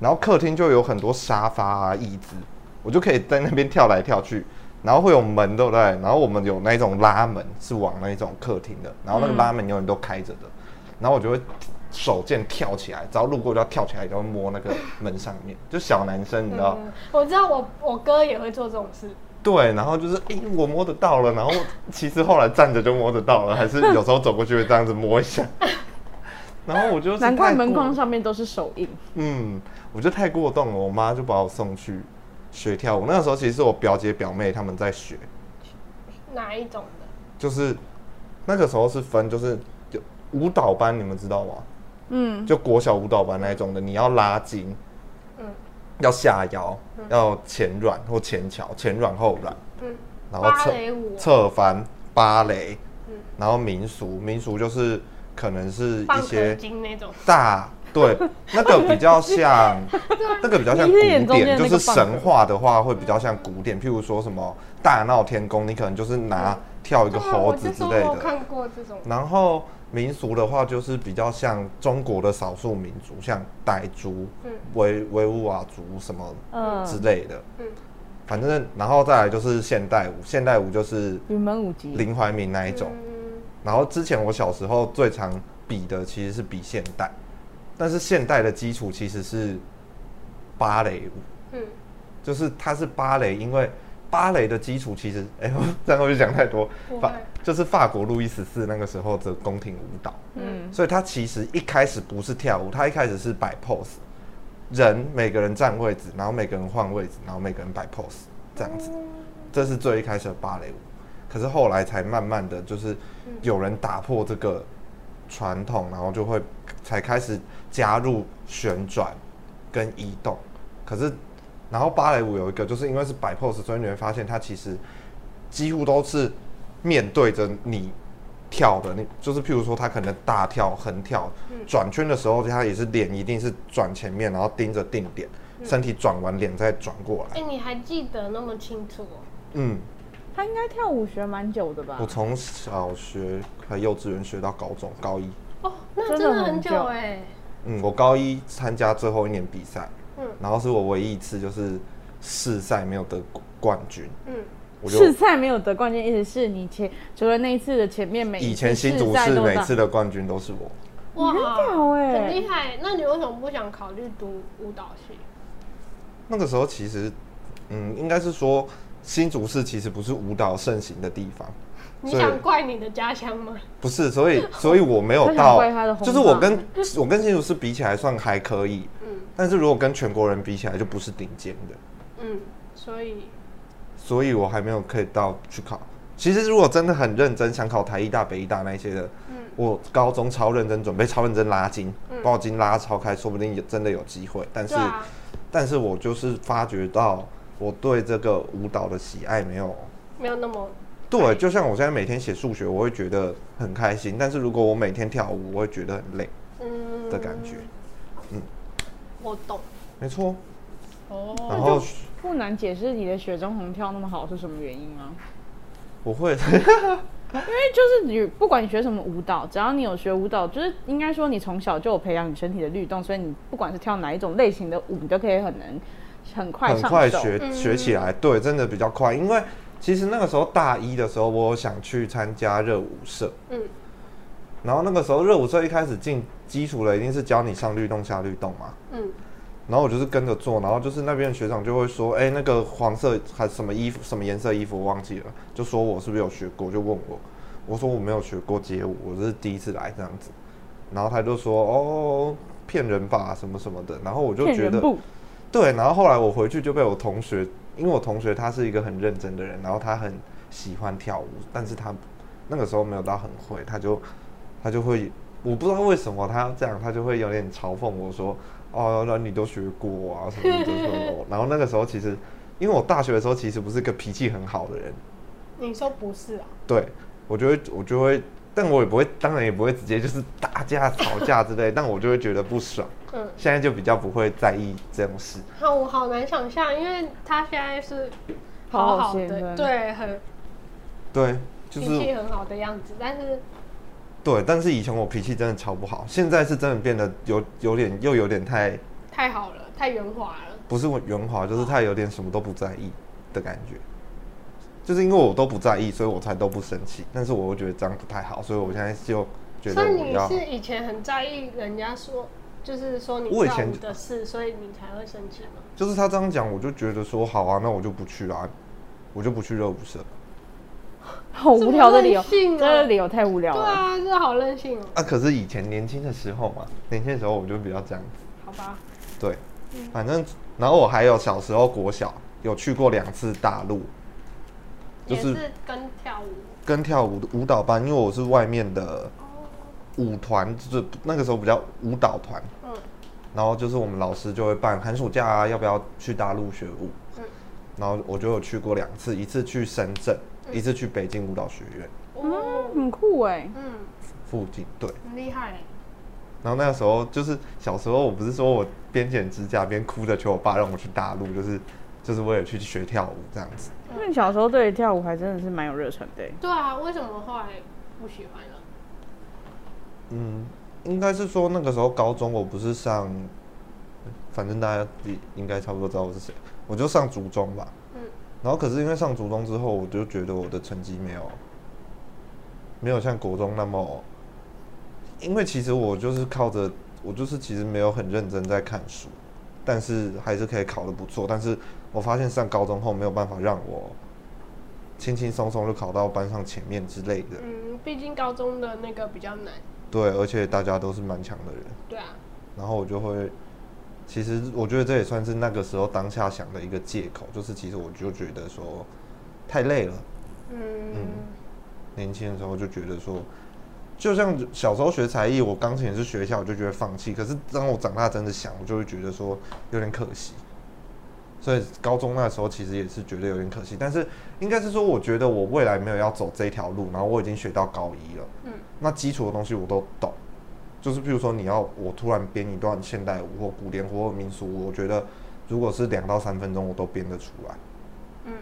[SPEAKER 1] 然后客厅就有很多沙发啊椅子，我就可以在那边跳来跳去。然后会有门，对不对？然后我们有那种拉门，是往那种客厅的，然后那个
[SPEAKER 2] 嗯
[SPEAKER 1] 拉门永远都开着的。然后我就会手贱跳起来，只要路过就要跳起来，然后摸那个门上面，就小男生，你知道？
[SPEAKER 2] 嗯，我知道我我哥也会做这种事，
[SPEAKER 1] 对，然后就是，诶，我摸得到了，然 后其实后来站着就摸得到了，还是有时候走过去会这样子摸一 下。然后我就是
[SPEAKER 3] 难怪
[SPEAKER 1] 太过
[SPEAKER 3] 门框，上面都是手印。
[SPEAKER 1] 嗯，我就太过动了，我妈就把我送去学跳舞。那个时候其实是我表姐表妹他们在学，
[SPEAKER 2] 哪一种的？
[SPEAKER 1] 就是那个时候是分就是有舞蹈班，你们知道吗？
[SPEAKER 3] 嗯，
[SPEAKER 1] 就国小舞蹈班那一种的，你要拉筋，
[SPEAKER 2] 嗯
[SPEAKER 1] 要下腰，
[SPEAKER 3] 嗯
[SPEAKER 1] 要前软或前翘，前软后软，
[SPEAKER 2] 嗯，
[SPEAKER 1] 然后
[SPEAKER 2] 芭
[SPEAKER 1] 侧
[SPEAKER 2] 蕾舞啊
[SPEAKER 1] 侧翻芭蕾，
[SPEAKER 2] 嗯
[SPEAKER 1] 然后民俗民俗就是可能是
[SPEAKER 2] 蚌
[SPEAKER 1] 一
[SPEAKER 2] 壳
[SPEAKER 1] 些
[SPEAKER 2] 精那种。
[SPEAKER 1] 大对 那个比较像
[SPEAKER 2] 啊
[SPEAKER 1] 那个比较像
[SPEAKER 3] 你
[SPEAKER 1] 古
[SPEAKER 3] 是眼中间
[SPEAKER 1] 典，
[SPEAKER 3] 的
[SPEAKER 1] 就
[SPEAKER 3] 那个
[SPEAKER 1] 是
[SPEAKER 3] 蚌壳
[SPEAKER 1] 神话的话会比较像古典，譬如说什么大闹天宫，你可能就是拿跳一个
[SPEAKER 2] 对啊，
[SPEAKER 1] 猴
[SPEAKER 2] 我
[SPEAKER 1] 子
[SPEAKER 2] 就
[SPEAKER 1] 之
[SPEAKER 2] 说
[SPEAKER 1] 类
[SPEAKER 2] 我
[SPEAKER 1] 的，
[SPEAKER 2] 有看过这种。
[SPEAKER 1] 然后民俗的话，就是比较像中国的少数民族，像傣族、
[SPEAKER 2] 嗯
[SPEAKER 1] 维维吾尔啊族什么之
[SPEAKER 3] 嗯，
[SPEAKER 1] 类的。
[SPEAKER 2] 嗯
[SPEAKER 1] 反正，然后再来就是现代舞，现代舞就是
[SPEAKER 3] 云门舞集，
[SPEAKER 1] 林怀民那一种。
[SPEAKER 2] 嗯
[SPEAKER 1] 然后之前我小时候最常比的其实是比现代，但是现代的基础其实是芭蕾舞，
[SPEAKER 2] 嗯，
[SPEAKER 1] 就是它是芭蕾，因为芭蕾的基础其实， 哎、我这样会不会讲太多？
[SPEAKER 2] 不
[SPEAKER 1] 法
[SPEAKER 2] 会
[SPEAKER 1] 就是法国路易十四那个时候的宫廷舞蹈，
[SPEAKER 3] 嗯
[SPEAKER 1] 所以他其实一开始不是跳舞，他一开始是摆 pose，人每个人站位置，然后每个人换位置，然后每个人摆 pose 这样子，这是最一开始的芭蕾舞。可是后来才慢慢的就是有人打破这个传统，然后就会才开始加入旋转跟移动。可是，然后芭蕾舞有一个，就是因为是摆 pose，所以你会发现它其实几乎都是面对着你跳的，你就是譬如说他可能大跳、横跳、转圈的时候，他也是脸一定是转前面，然后盯着定点，身体转完脸再转过
[SPEAKER 2] 哎、
[SPEAKER 1] 来。
[SPEAKER 2] 你还记得那么清楚哦？
[SPEAKER 1] 嗯，
[SPEAKER 3] 他应该跳舞学蛮久的吧
[SPEAKER 1] 我？从小学和幼稚园学到高中高一，
[SPEAKER 2] 哦，那
[SPEAKER 3] 真
[SPEAKER 2] 真
[SPEAKER 3] 的
[SPEAKER 2] 的
[SPEAKER 3] 很
[SPEAKER 2] 很久
[SPEAKER 3] 久
[SPEAKER 2] 哎、
[SPEAKER 1] 嗯，我高一参加最后一年比赛，
[SPEAKER 2] 嗯
[SPEAKER 1] 然后是我唯一一次就是试赛没有得冠军，
[SPEAKER 2] 嗯，
[SPEAKER 1] 我就
[SPEAKER 3] 试赛没有得冠军，意思是你前除了那一次的前面每一
[SPEAKER 1] 以
[SPEAKER 3] 次
[SPEAKER 1] 前新竹
[SPEAKER 3] 赛
[SPEAKER 1] 市
[SPEAKER 3] 都
[SPEAKER 1] 每
[SPEAKER 3] 拿
[SPEAKER 1] 次的冠军都是我。
[SPEAKER 2] 哇，
[SPEAKER 3] 屌欸
[SPEAKER 2] 很哎厉害。那你为什么不想考虑读舞蹈系？
[SPEAKER 1] 那个时候其实，嗯，应该是说新竹市其实不是舞蹈盛行的地方，
[SPEAKER 2] 你
[SPEAKER 1] 所以
[SPEAKER 2] 想怪你的家乡吗？
[SPEAKER 1] 不是，所 以所以我没有
[SPEAKER 3] 他想
[SPEAKER 1] 到
[SPEAKER 3] 怪他的，红
[SPEAKER 1] 就是我
[SPEAKER 3] 棒
[SPEAKER 1] 跟我跟新竹市比起来算还可以，
[SPEAKER 2] 嗯
[SPEAKER 1] 但是如果跟全国人比起来就不是顶尖的，
[SPEAKER 2] 嗯，所以
[SPEAKER 1] 所以我还没有可以到去考。其实如果真的很认真想考台艺大、北艺大那一些的，
[SPEAKER 2] 嗯
[SPEAKER 1] 我高中超认真准备，超认真拉筋，把我筋拉超开，说不定也真的有机会。但是
[SPEAKER 2] 对啊，
[SPEAKER 1] 但是我就是发觉到我对这个舞蹈的喜爱没有
[SPEAKER 2] 没有那么
[SPEAKER 1] 对，就像我现在每天写数学，我会觉得很开心，但是如果我每天跳舞，我会觉得很累
[SPEAKER 2] 嗯
[SPEAKER 1] 的感觉。
[SPEAKER 2] 我懂
[SPEAKER 1] 没错，
[SPEAKER 2] 哦。
[SPEAKER 1] 然后
[SPEAKER 3] 不难解释你的雪中红跳那么好是什么原因吗？
[SPEAKER 1] 我会，
[SPEAKER 3] 因为就是你不管你学什么舞蹈，只要你有学舞蹈，就是应该说你从小就有培养你身体的律动，所以你不管是跳哪一种类型的舞，你都可以很能很快
[SPEAKER 1] 很
[SPEAKER 3] 上
[SPEAKER 1] 快
[SPEAKER 3] 手。
[SPEAKER 1] 学学起来，对，真的比较快。因为其实那个时候大一的时候，我有想去参加热舞社，
[SPEAKER 2] 嗯
[SPEAKER 1] 然后那个时候热舞社一开始进基础的一定是教你上律动下律动嘛，
[SPEAKER 2] 嗯
[SPEAKER 1] 然后我就是跟着做，然后就是那边的学长就会说，哎、那个黄色还什么衣服，什么颜色衣服我忘记了，就说我是不是有学过，就问我，我说我没有学过街舞，我是第一次来这样子，然后他就说，哦，骗人吧，什么什么的，然后我就
[SPEAKER 3] 骗
[SPEAKER 1] 觉
[SPEAKER 3] 人
[SPEAKER 1] 得，
[SPEAKER 3] 不？
[SPEAKER 1] 对，然后后来我回去就被我同学，因为我同学他是一个很认真的人，然后他很喜欢跳舞，但是他那个时候没有到很会，他就他就会，我不知道为什么他这样，他就会有点嘲讽我说，哦，那你都学过啊什么的什么的， 然后那个时候其实，因为我大学的时候其实不是个脾气很好的人，
[SPEAKER 2] 你说不是啊？
[SPEAKER 1] 对我就会我就会，但我也不会，当然也不会直接就是打架吵架之类，但我就会觉得不爽，
[SPEAKER 2] 嗯，
[SPEAKER 1] 现在就比较不会在意这种事。
[SPEAKER 2] 好，我好难想象，因为他现在是
[SPEAKER 3] 好
[SPEAKER 2] 好
[SPEAKER 3] 好先
[SPEAKER 2] 的，
[SPEAKER 3] 生
[SPEAKER 2] 对，很
[SPEAKER 1] 对，就
[SPEAKER 2] 脾
[SPEAKER 1] 是
[SPEAKER 2] 气很好的样子，但是
[SPEAKER 1] 对，但是以前我脾气真的超不好，现在是真的变得有有点又有点太
[SPEAKER 2] 太好了，太圆滑了。
[SPEAKER 1] 不是圆滑，就是太有点什么都不在意的感觉。就是因为我都不在意，所以我才都不生气。但是我又觉得这样不太好，所以我现在就觉得
[SPEAKER 2] 所以
[SPEAKER 1] 我
[SPEAKER 2] 你
[SPEAKER 1] 要
[SPEAKER 2] 是以前很在意人家说，就是说你
[SPEAKER 1] 我以
[SPEAKER 2] 跳
[SPEAKER 1] 前
[SPEAKER 2] 舞
[SPEAKER 1] 就
[SPEAKER 2] 的事，所以你才会生气吗？
[SPEAKER 1] 就是他这样讲，我就觉得说好啊，那我就不去啦，我就不去热舞社
[SPEAKER 3] 好无聊的 理由，
[SPEAKER 2] 这么任性啊
[SPEAKER 3] 这个理由太无聊
[SPEAKER 2] 对
[SPEAKER 3] 了。
[SPEAKER 2] 啊，这好任性哦、
[SPEAKER 1] 啊。可是以前年轻的时候嘛，年轻的时候我就比较这样子。
[SPEAKER 2] 好吧，
[SPEAKER 1] 对，反正然后我还有小时候国小有去过两次大陆，就
[SPEAKER 2] 也
[SPEAKER 1] 是
[SPEAKER 2] 是跟跳舞
[SPEAKER 1] 跟跳舞的舞蹈班，因为我是外面的舞团，就是那个时候比较舞蹈团，
[SPEAKER 2] 嗯
[SPEAKER 1] 然后就是我们老师就会办寒暑假啊，要不要去大陆学舞？
[SPEAKER 2] 嗯
[SPEAKER 1] 然后我就有去过两次，一次去深圳，一次去北京舞蹈学院
[SPEAKER 2] 哦，
[SPEAKER 3] 很酷哎、
[SPEAKER 2] 嗯，
[SPEAKER 1] 附近。对，
[SPEAKER 2] 很厉害欸，
[SPEAKER 1] 然后那个时候就是小时候，我不是说我边剪指甲边哭着求我爸让我去大陆，就是就是为了去学跳舞这样子。
[SPEAKER 3] 那你小时候对跳舞还真的是蛮有热忱的欸、
[SPEAKER 2] 对啊，为什么后来不喜欢了？
[SPEAKER 1] 嗯，应该是说那个时候高中我不是上，反正大家自己应该差不多知道我是谁，我就上竹中吧。
[SPEAKER 2] 嗯
[SPEAKER 1] 然后可是因为上竹中之后，我就觉得我的成绩没有没有像国中那么，因为其实我就是靠着我就是其实没有很认真在看书，但是还是可以考得不错。但是我发现上高中后没有办法让我轻轻松松就考到班上前面之类的。
[SPEAKER 2] 嗯，毕竟高中的那个比较难，
[SPEAKER 1] 对，而且大家都是蛮强的人，
[SPEAKER 2] 对啊，
[SPEAKER 1] 然后我就会，其实我觉得这也算是那个时候当下想的一个借口，就是其实我就觉得说太累了，
[SPEAKER 2] 嗯，
[SPEAKER 1] 年轻的时候就觉得说，就像小时候学才艺，我钢琴也是学一下我就觉得放弃，可是当我长大真的想，我就会觉得说有点可惜。所以高中那时候其实也是觉得有点可惜，但是应该是说，我觉得我未来没有要走这条路，然后我已经学到高一了，
[SPEAKER 2] 嗯，
[SPEAKER 1] 那基础的东西我都懂，就是比如说你要我突然编一段现代舞或古典舞或民俗舞，我觉得如果是两到三分钟我都编得出来，
[SPEAKER 2] 嗯，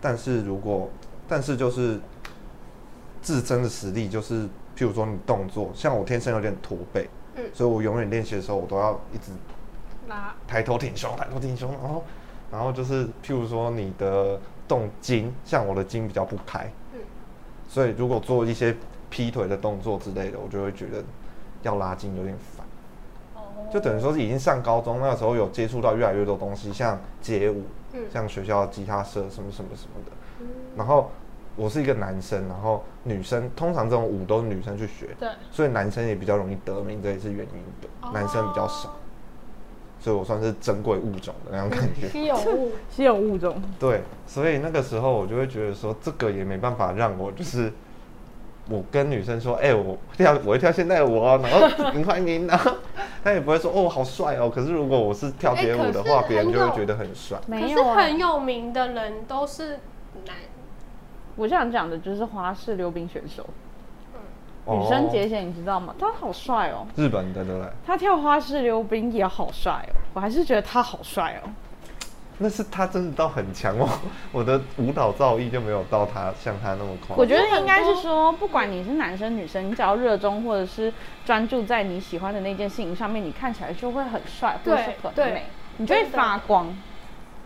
[SPEAKER 1] 但是如果但是就是自身的实力，就是譬如说你动作，像我天生有点驼背，
[SPEAKER 2] 嗯
[SPEAKER 1] 所以我永远练习的时候我都要一直
[SPEAKER 2] 拉，
[SPEAKER 1] 抬头挺胸，抬头挺胸，然后然后就是譬如说你的动筋，像我的筋比较不开，
[SPEAKER 2] 嗯
[SPEAKER 1] 所以如果做一些劈腿的动作之类的，我就会觉得要拉筋有点烦。
[SPEAKER 2] 哦
[SPEAKER 1] 就等于说是已经上高中那个时候有接触到越来越多东西，像街舞，
[SPEAKER 2] 嗯
[SPEAKER 1] 像学校的吉他社什么什么什么的。然后我是一个男生，然后女生通常这种舞都是女生去学，
[SPEAKER 2] 对，
[SPEAKER 1] 所以男生也比较容易得名，这也是原因的。
[SPEAKER 2] 哦
[SPEAKER 1] 男生比较少，所以我算是珍贵物种的那种感觉。
[SPEAKER 2] 稀有物，
[SPEAKER 3] 稀有物种，
[SPEAKER 1] 对，所以那个时候我就会觉得说，这个也没办法让我就是，我跟女生说，哎、我跳，我会跳现代舞哦，然后林怀民，然后她也不会说，哦，好帅哦。可是如果我是跳街舞的话，
[SPEAKER 2] 哎可是
[SPEAKER 1] 别人就
[SPEAKER 2] 很
[SPEAKER 1] 会
[SPEAKER 2] 有
[SPEAKER 1] 觉得很帅。
[SPEAKER 2] 可
[SPEAKER 3] 没
[SPEAKER 2] 是
[SPEAKER 3] 有啊。
[SPEAKER 2] 很有名的人都是男，
[SPEAKER 3] 我这样讲的就是花式溜冰选手羽
[SPEAKER 1] 哦
[SPEAKER 3] 生结弦，你知道吗？他好帅哦，
[SPEAKER 1] 日本的对不对？
[SPEAKER 3] 他跳花式溜冰也好帅哦，我还是觉得他好帅哦。
[SPEAKER 1] 那是他真的到很强哦， 我的舞蹈造诣就没有到他像他那么
[SPEAKER 2] 哦
[SPEAKER 1] 夸张。
[SPEAKER 3] 我觉得应该是说，不管你是男生女生，你只要热衷或者是专注在你喜欢的那件事情上面，你看起来就会很帅或者是
[SPEAKER 2] 对
[SPEAKER 3] 很
[SPEAKER 2] 对
[SPEAKER 3] 美，你就会
[SPEAKER 2] 真的
[SPEAKER 3] 发光。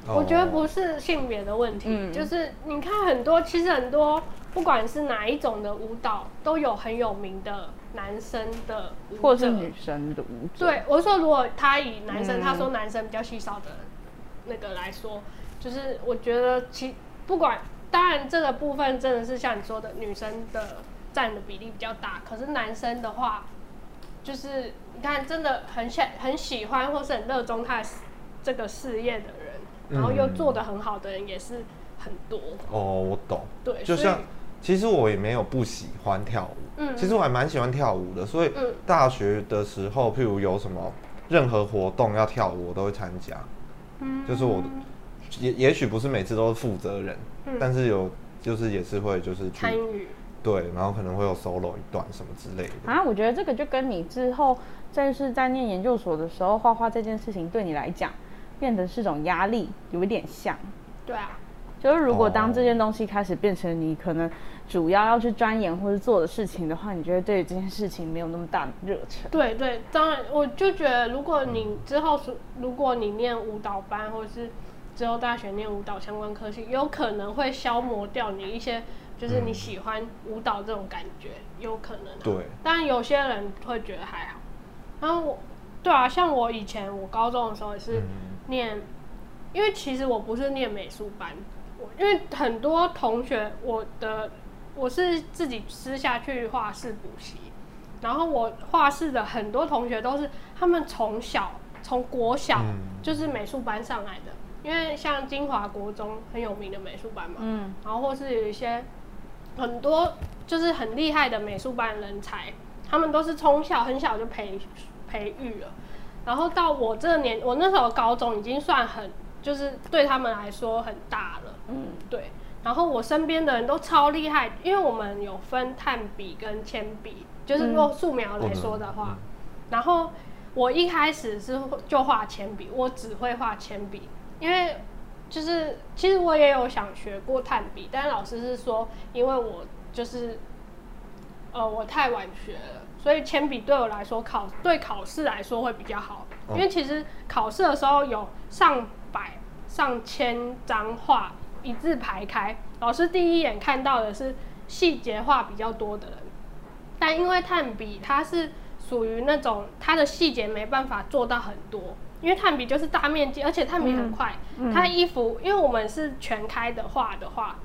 [SPEAKER 1] 哦
[SPEAKER 2] 我觉得不是性别的问题，
[SPEAKER 3] 嗯
[SPEAKER 2] 就是你看很多，其实很多不管是哪一种的舞蹈，都有很有名的男生的舞者，
[SPEAKER 3] 或者是女生的舞者，
[SPEAKER 2] 对，我说如果他以男生，
[SPEAKER 3] 嗯
[SPEAKER 2] 他说男生比较稀少的那个来说，就是我觉得其不管，当然这个部分真的是像你说的，女生的占的比例比较大，可是男生的话，就是你看真的很喜很喜欢或是很热衷他的这个事业的人，然后又做得很好的人也是很多，
[SPEAKER 1] 哦，我懂。
[SPEAKER 2] 对，
[SPEAKER 1] 就
[SPEAKER 2] 所以
[SPEAKER 1] 像其实我也没有不喜欢跳舞，
[SPEAKER 2] 嗯
[SPEAKER 1] 其实我还蛮喜欢跳舞的，所以
[SPEAKER 2] 嗯
[SPEAKER 1] 大学的时候，譬如有什么任何活动要跳舞，我都会参加。
[SPEAKER 2] 嗯
[SPEAKER 1] 就是我也也许不是每次都是负责人，但是有就是也是会就是去
[SPEAKER 2] 嗯参与，
[SPEAKER 1] 对，然后可能会有 solo 一段什么之类的。
[SPEAKER 3] 啊，我觉得这个就跟你之后再是在念研究所的时候，画画这件事情对你来讲，变得是种压力，有一点像。
[SPEAKER 2] 对啊，
[SPEAKER 3] 就是如果当
[SPEAKER 1] 哦
[SPEAKER 3] 这件东西开始变成你可能主要要去钻研或者做的事情的话，你就会对这件事情没有那么大的热忱。
[SPEAKER 2] 对对，当然，我就觉得，如果你之后是，如果你念舞蹈班，或者是之后大学念舞蹈相关科系，有可能会消磨掉你一些，就是你喜欢舞蹈这种感觉，有可能、啊。
[SPEAKER 1] 对，
[SPEAKER 2] 但有些人会觉得还好。然后我，对啊，像我以前我高中的时候也是
[SPEAKER 1] 嗯
[SPEAKER 2] 念，因为其实我不是念美术班，我因为很多同学我的我是自己私下去画室补习，然后我画室的很多同学都是他们从小从国小
[SPEAKER 1] 嗯
[SPEAKER 2] 就是美术班上来的，因为像金华国中很有名的美术班嘛，
[SPEAKER 3] 嗯，
[SPEAKER 2] 然后或是有一些很多就是很厉害的美术班人才，他们都是从小很小就培培育了，然后到我这个年，我那时候高中已经算很，就是对他们来说很大了，嗯，对。然后我身边的人都超厉害，因为我们有分炭笔跟铅笔，就是用素描来说的话，嗯然后我一开始是就画铅笔，我只会画铅笔，因为就是其实我也有想学过炭笔，但老师是说，因为我就是呃，我太晚学了，所以铅笔对我来说考对考试来说会比较好，因为其实考试的时候有上百、上千张画一字排开，老师第一眼看到的是细节画比较多的人，但因为炭笔它是属于那种它的细节没办法做到很多，因为炭笔就是大面积，而且炭笔很快，它衣服因为我们是全开的画的话，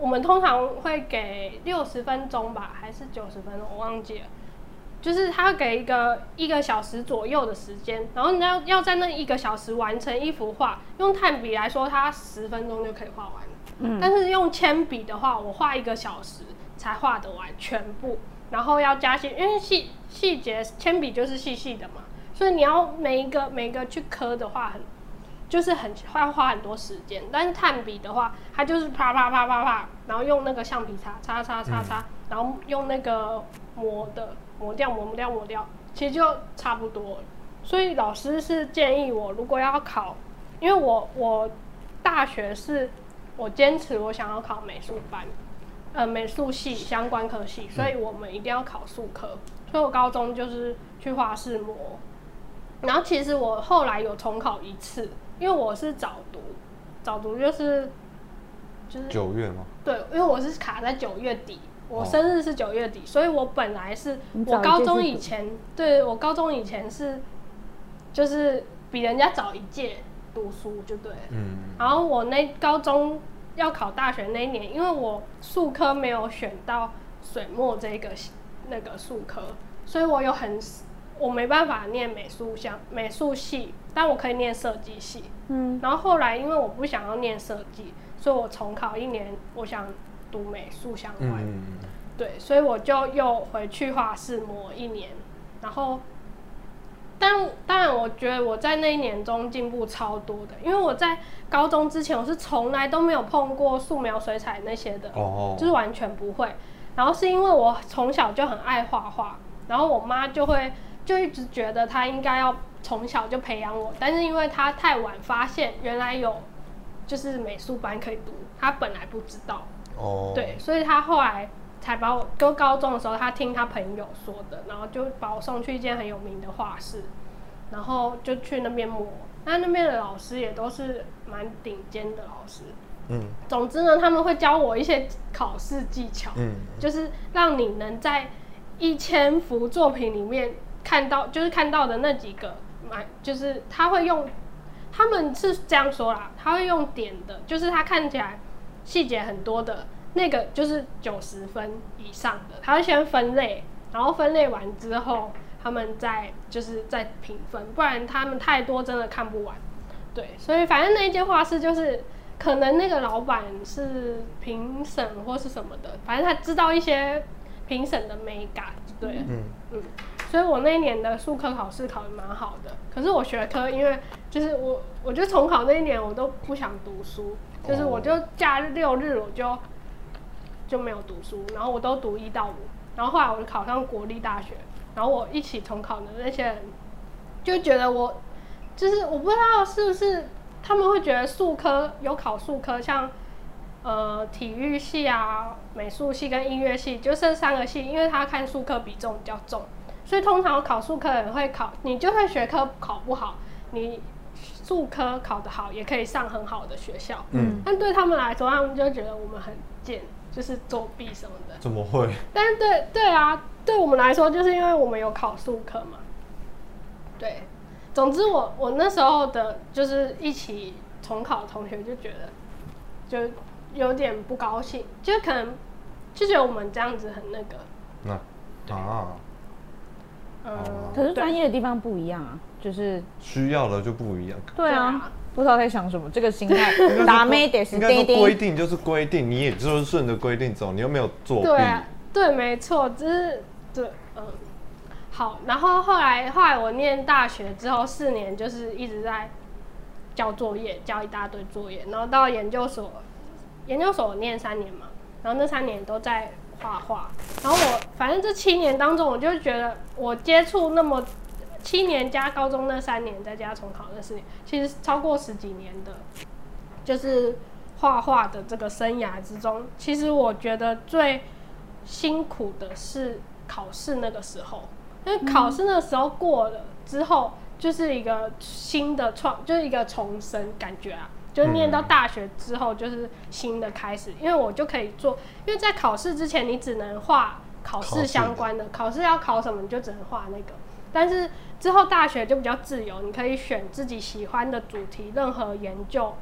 [SPEAKER 2] 我们通常会给六十分钟吧，还是九十分钟，我忘记了。就是他会给一个一个小时左右的时间，然后你要要在那一个小时完成一幅画。用炭笔来说，它十分钟就可以画完了。但是用铅笔的话，我画一个小时才画得完全部，然后要加细，因为细细节铅笔就是细细的嘛，所以你要每一个每一个去刻的话很，就是很要花很多时间。但是炭笔的话，它就是啪啪啪啪啪，然后用那个橡皮擦擦擦擦擦，然后用那个磨的磨掉磨掉磨掉，其实就差不多了。所以老师是建议我，如果要考，因为我我大学是我坚持我想要考美术班，呃，美术系相关科系，所以我们一定要考数科。所以我高中就是去画室模，然后其实我后来有重考一次，因为我是早读，早读就是就是
[SPEAKER 1] 九月吗？
[SPEAKER 2] 对，因为我是卡在九月底，我
[SPEAKER 1] 哦
[SPEAKER 2] 生日是九月底，所以我本来是
[SPEAKER 3] 你早
[SPEAKER 2] 我
[SPEAKER 3] 一
[SPEAKER 2] 高
[SPEAKER 3] 届
[SPEAKER 2] 中
[SPEAKER 3] 去
[SPEAKER 2] 以
[SPEAKER 3] 读
[SPEAKER 2] 前，对我高中以前是就是比人家早一届读书就对了。
[SPEAKER 1] 嗯，
[SPEAKER 2] 然后我那高中要考大学那一年，因为我数科没有选到水墨这个系那个数科，所以我有很我没办法念美术相美术系，但我可以念设计系。
[SPEAKER 3] 嗯，
[SPEAKER 2] 然后后来因为我不想要念设计，所以我重考一年，我想读美术相关。
[SPEAKER 1] 嗯，
[SPEAKER 2] 对，所以我就又回去画室磨一年，然后，但当然，我觉得我在那一年中进步超多的，因为我在高中之前我是从来都没有碰过素描、水彩那些的，
[SPEAKER 1] 哦
[SPEAKER 2] 就是完全不会。然后是因为我从小就很爱画画，然后我妈就会就一直觉得她应该要从小就培养我，但是因为她太晚发现原来有就是美术班可以读，她本来不知道，
[SPEAKER 1] 哦，
[SPEAKER 2] 对，，所以他后来才把我，就高中的时候，他听他朋友说的，然后就把我送去一间很有名的画室，然后就去那边磨。那那边的老师也都是蛮顶尖的老师。
[SPEAKER 1] 嗯
[SPEAKER 2] 总之呢，他们会教我一些考试技巧，
[SPEAKER 1] 嗯，
[SPEAKER 2] 就是让你能在一千幅作品里面看到，就是看到的那几个，蛮就是他会用，他们是这样说啦，他会用点的，就是他看起来细节很多的那个，就是九十分以上的，他会先分类，然后分类完之后，他们再就是再评分，不然他们太多真的看不完。对，所以反正那一间画室就是，可能那个老板是评审或是什么的，反正他知道一些评审的美感，对，
[SPEAKER 1] 嗯
[SPEAKER 2] 嗯，所以我那一年的数科考试考得蛮好的，可是我学科因为就是我，我就重考那一年我都不想读书，就是我就假日六日我就就没有读书，然后我都读一到五，然后后来我就考上国立大学，然后我一起重考的那些人就觉得我就是我不知道是不是他们会觉得数科有考数科，像呃体育系啊、美术系跟音乐系，就这三个系，因为他看数科比重比较重，所以通常考数科的人会考，你就算学科考不好，你数科考得好，也可以上很好的学校。
[SPEAKER 1] 嗯，
[SPEAKER 2] 但对他们来说，他们就觉得我们很贱，就是作弊什么的。
[SPEAKER 1] 怎么会？
[SPEAKER 2] 但是对对啊，对我们来说，就是因为我们有考数课嘛。对，总之我我那时候的就是一起重考的同学就觉得，就有点不高兴，就可能就觉得我们这样子很那个，
[SPEAKER 1] 那啊，
[SPEAKER 2] 嗯，
[SPEAKER 3] 可是专
[SPEAKER 2] 对
[SPEAKER 3] 业的地方不一样啊，就是
[SPEAKER 1] 需要的就不一样。
[SPEAKER 3] 对
[SPEAKER 2] 对
[SPEAKER 3] 啊
[SPEAKER 2] 啊，
[SPEAKER 3] 不知道在想什么，这个心态
[SPEAKER 1] 应该说
[SPEAKER 3] 打妹啊得是
[SPEAKER 1] 应该说
[SPEAKER 3] 爹
[SPEAKER 1] 规
[SPEAKER 3] 爹，
[SPEAKER 1] 定就是规定，你也就是顺着规定走，你又没有作弊。
[SPEAKER 2] 对啊对，没错，就是对，嗯，好。然后后来后来我念大学之后四年，就是一直在交作业，交一大堆作业。然后到研究所，研究所我念三年嘛，然后那三年都在画画。然后我反正这七年当中，我就觉得我接触那么七年加高中那三年，再加重考那四年，其实超过十几年的，就是画画的这个生涯之中，其实我觉得最辛苦的是考试那个时候，因为考试那个时候过了之后，就是一个新的创，就是一个重生感觉啊。就是念到大学之后，就是新的开始，因为我就可以做，因为在考试之前，你只能画考试相关的，考试要考什么你就只能画那个。但是之后大学就比较自由，你可以选自己喜欢的主题，任何研究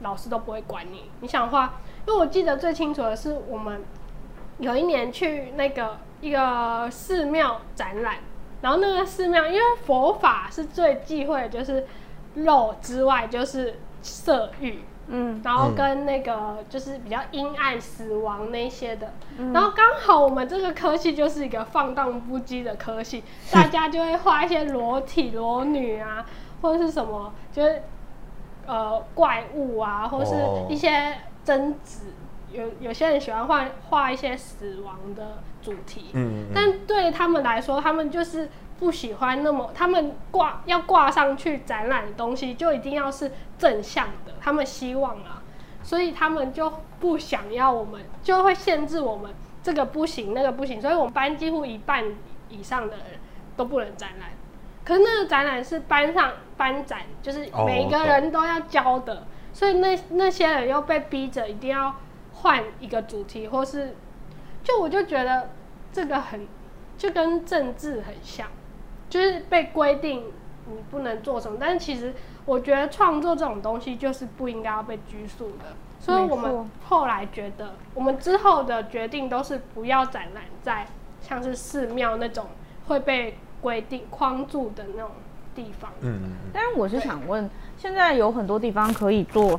[SPEAKER 2] 老师都不会管你。你想画，因为我记得最清楚的是我们有一年去那个一个寺庙展览，然后那个寺庙因为佛法是最忌讳的就是肉之外就是色欲，
[SPEAKER 3] 嗯，
[SPEAKER 2] 然后跟那个就是比较阴暗、死亡那些的。然后刚好我们这个科系就是一个放荡不羁的科系，大家就会画一些裸体、裸女啊，或者是什么，就是呃怪物啊，或是
[SPEAKER 1] 哦
[SPEAKER 2] 一些贞子。有有些人喜欢画画一些死亡的主题，
[SPEAKER 1] 嗯，嗯
[SPEAKER 2] 但对他们来说，他们就是不喜欢那么，他们挂要挂上去展览的东西，就一定要是正向的，他们希望啊，所以他们就不想要我们，就会限制我们这个不行，那个不行，所以我们班几乎一半以上的人都不能展览。可是那个展览是班上班展，就是
[SPEAKER 1] 哦
[SPEAKER 2] 每
[SPEAKER 1] 我
[SPEAKER 2] 个
[SPEAKER 1] 懂
[SPEAKER 2] 人都要教的，所以那那些人又被逼着一定要换一个主题，或是就我就觉得这个很就跟政治很像，就是被规定你不能做什么，但是其实我觉得创作这种东西就是不应该要被拘束的，所以我
[SPEAKER 3] 没
[SPEAKER 2] 们
[SPEAKER 3] 错
[SPEAKER 2] 后来觉得，我们之后的决定都是不要展览在像是寺庙那种会被规定框住的那种地方
[SPEAKER 1] 嗯嗯嗯，
[SPEAKER 3] 但是我是想问，现在有很多地方可以做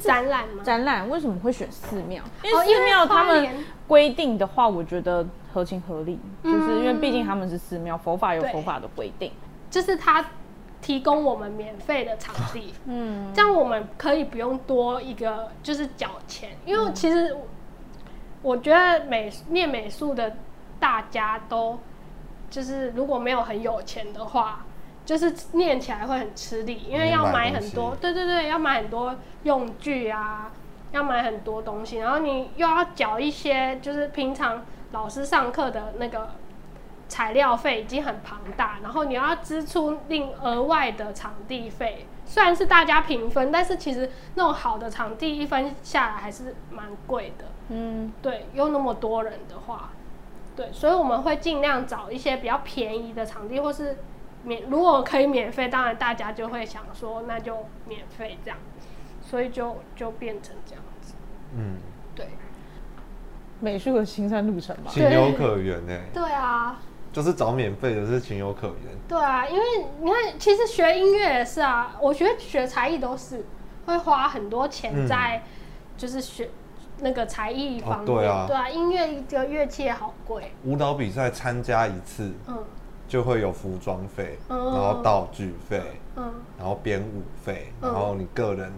[SPEAKER 2] 展览吗？
[SPEAKER 3] 展览，为什么会选寺庙？因
[SPEAKER 2] 哦
[SPEAKER 3] 为
[SPEAKER 2] 因为
[SPEAKER 3] 寺庙他
[SPEAKER 2] 花
[SPEAKER 3] 们
[SPEAKER 2] 莲
[SPEAKER 3] 规定的话，我觉得合情合理，就是因为毕竟
[SPEAKER 2] 嗯
[SPEAKER 3] 他们是寺庙，佛法有
[SPEAKER 2] 对
[SPEAKER 3] 佛法的规定。
[SPEAKER 2] 就是他提供我们免费的场地，
[SPEAKER 3] 嗯，
[SPEAKER 2] 这样我们可以不用多一个就是缴钱，因
[SPEAKER 3] 嗯
[SPEAKER 2] 为其实我我觉得美念美术的大家都就是如果没有很有钱的话，就是念起来会很吃力，因为
[SPEAKER 1] 你要
[SPEAKER 2] 要
[SPEAKER 1] 买
[SPEAKER 2] 买
[SPEAKER 1] 东
[SPEAKER 2] 很多
[SPEAKER 1] 西，
[SPEAKER 2] 对对对，要买很多用具啊，要买很多东西，然后你又要缴一些就是平常老师上课的那个材料费已经很庞大，然后你要支出另额外的场地费，虽然是大家平分，但是其实那种好的场地一分下来还是蛮贵的。
[SPEAKER 3] 嗯，
[SPEAKER 2] 对，又那么多人的话，对，所以我们会尽量找一些比较便宜的场地，或是免如果可以免费，当然大家就会想说那就免费这样，所以就就变成这样子。
[SPEAKER 1] 嗯，
[SPEAKER 2] 对，
[SPEAKER 3] 美术的行善路程吧。
[SPEAKER 1] 情有可原呢、
[SPEAKER 2] 对啊，
[SPEAKER 1] 就是找免费的是情有可原。
[SPEAKER 2] 对啊，因为你看，其实学音乐也是啊，我学学才艺都是会花很多钱
[SPEAKER 1] 嗯
[SPEAKER 2] 在，就是学、那个才艺方面，
[SPEAKER 1] 对啊
[SPEAKER 2] 对啊，音乐一个乐器也好贵，
[SPEAKER 1] 舞蹈比赛参加一次
[SPEAKER 2] 嗯
[SPEAKER 1] 就会有服装费，
[SPEAKER 2] 哦
[SPEAKER 1] 然后道具费，
[SPEAKER 2] 嗯
[SPEAKER 1] 然后编舞费，
[SPEAKER 2] 嗯
[SPEAKER 1] 然后你个人，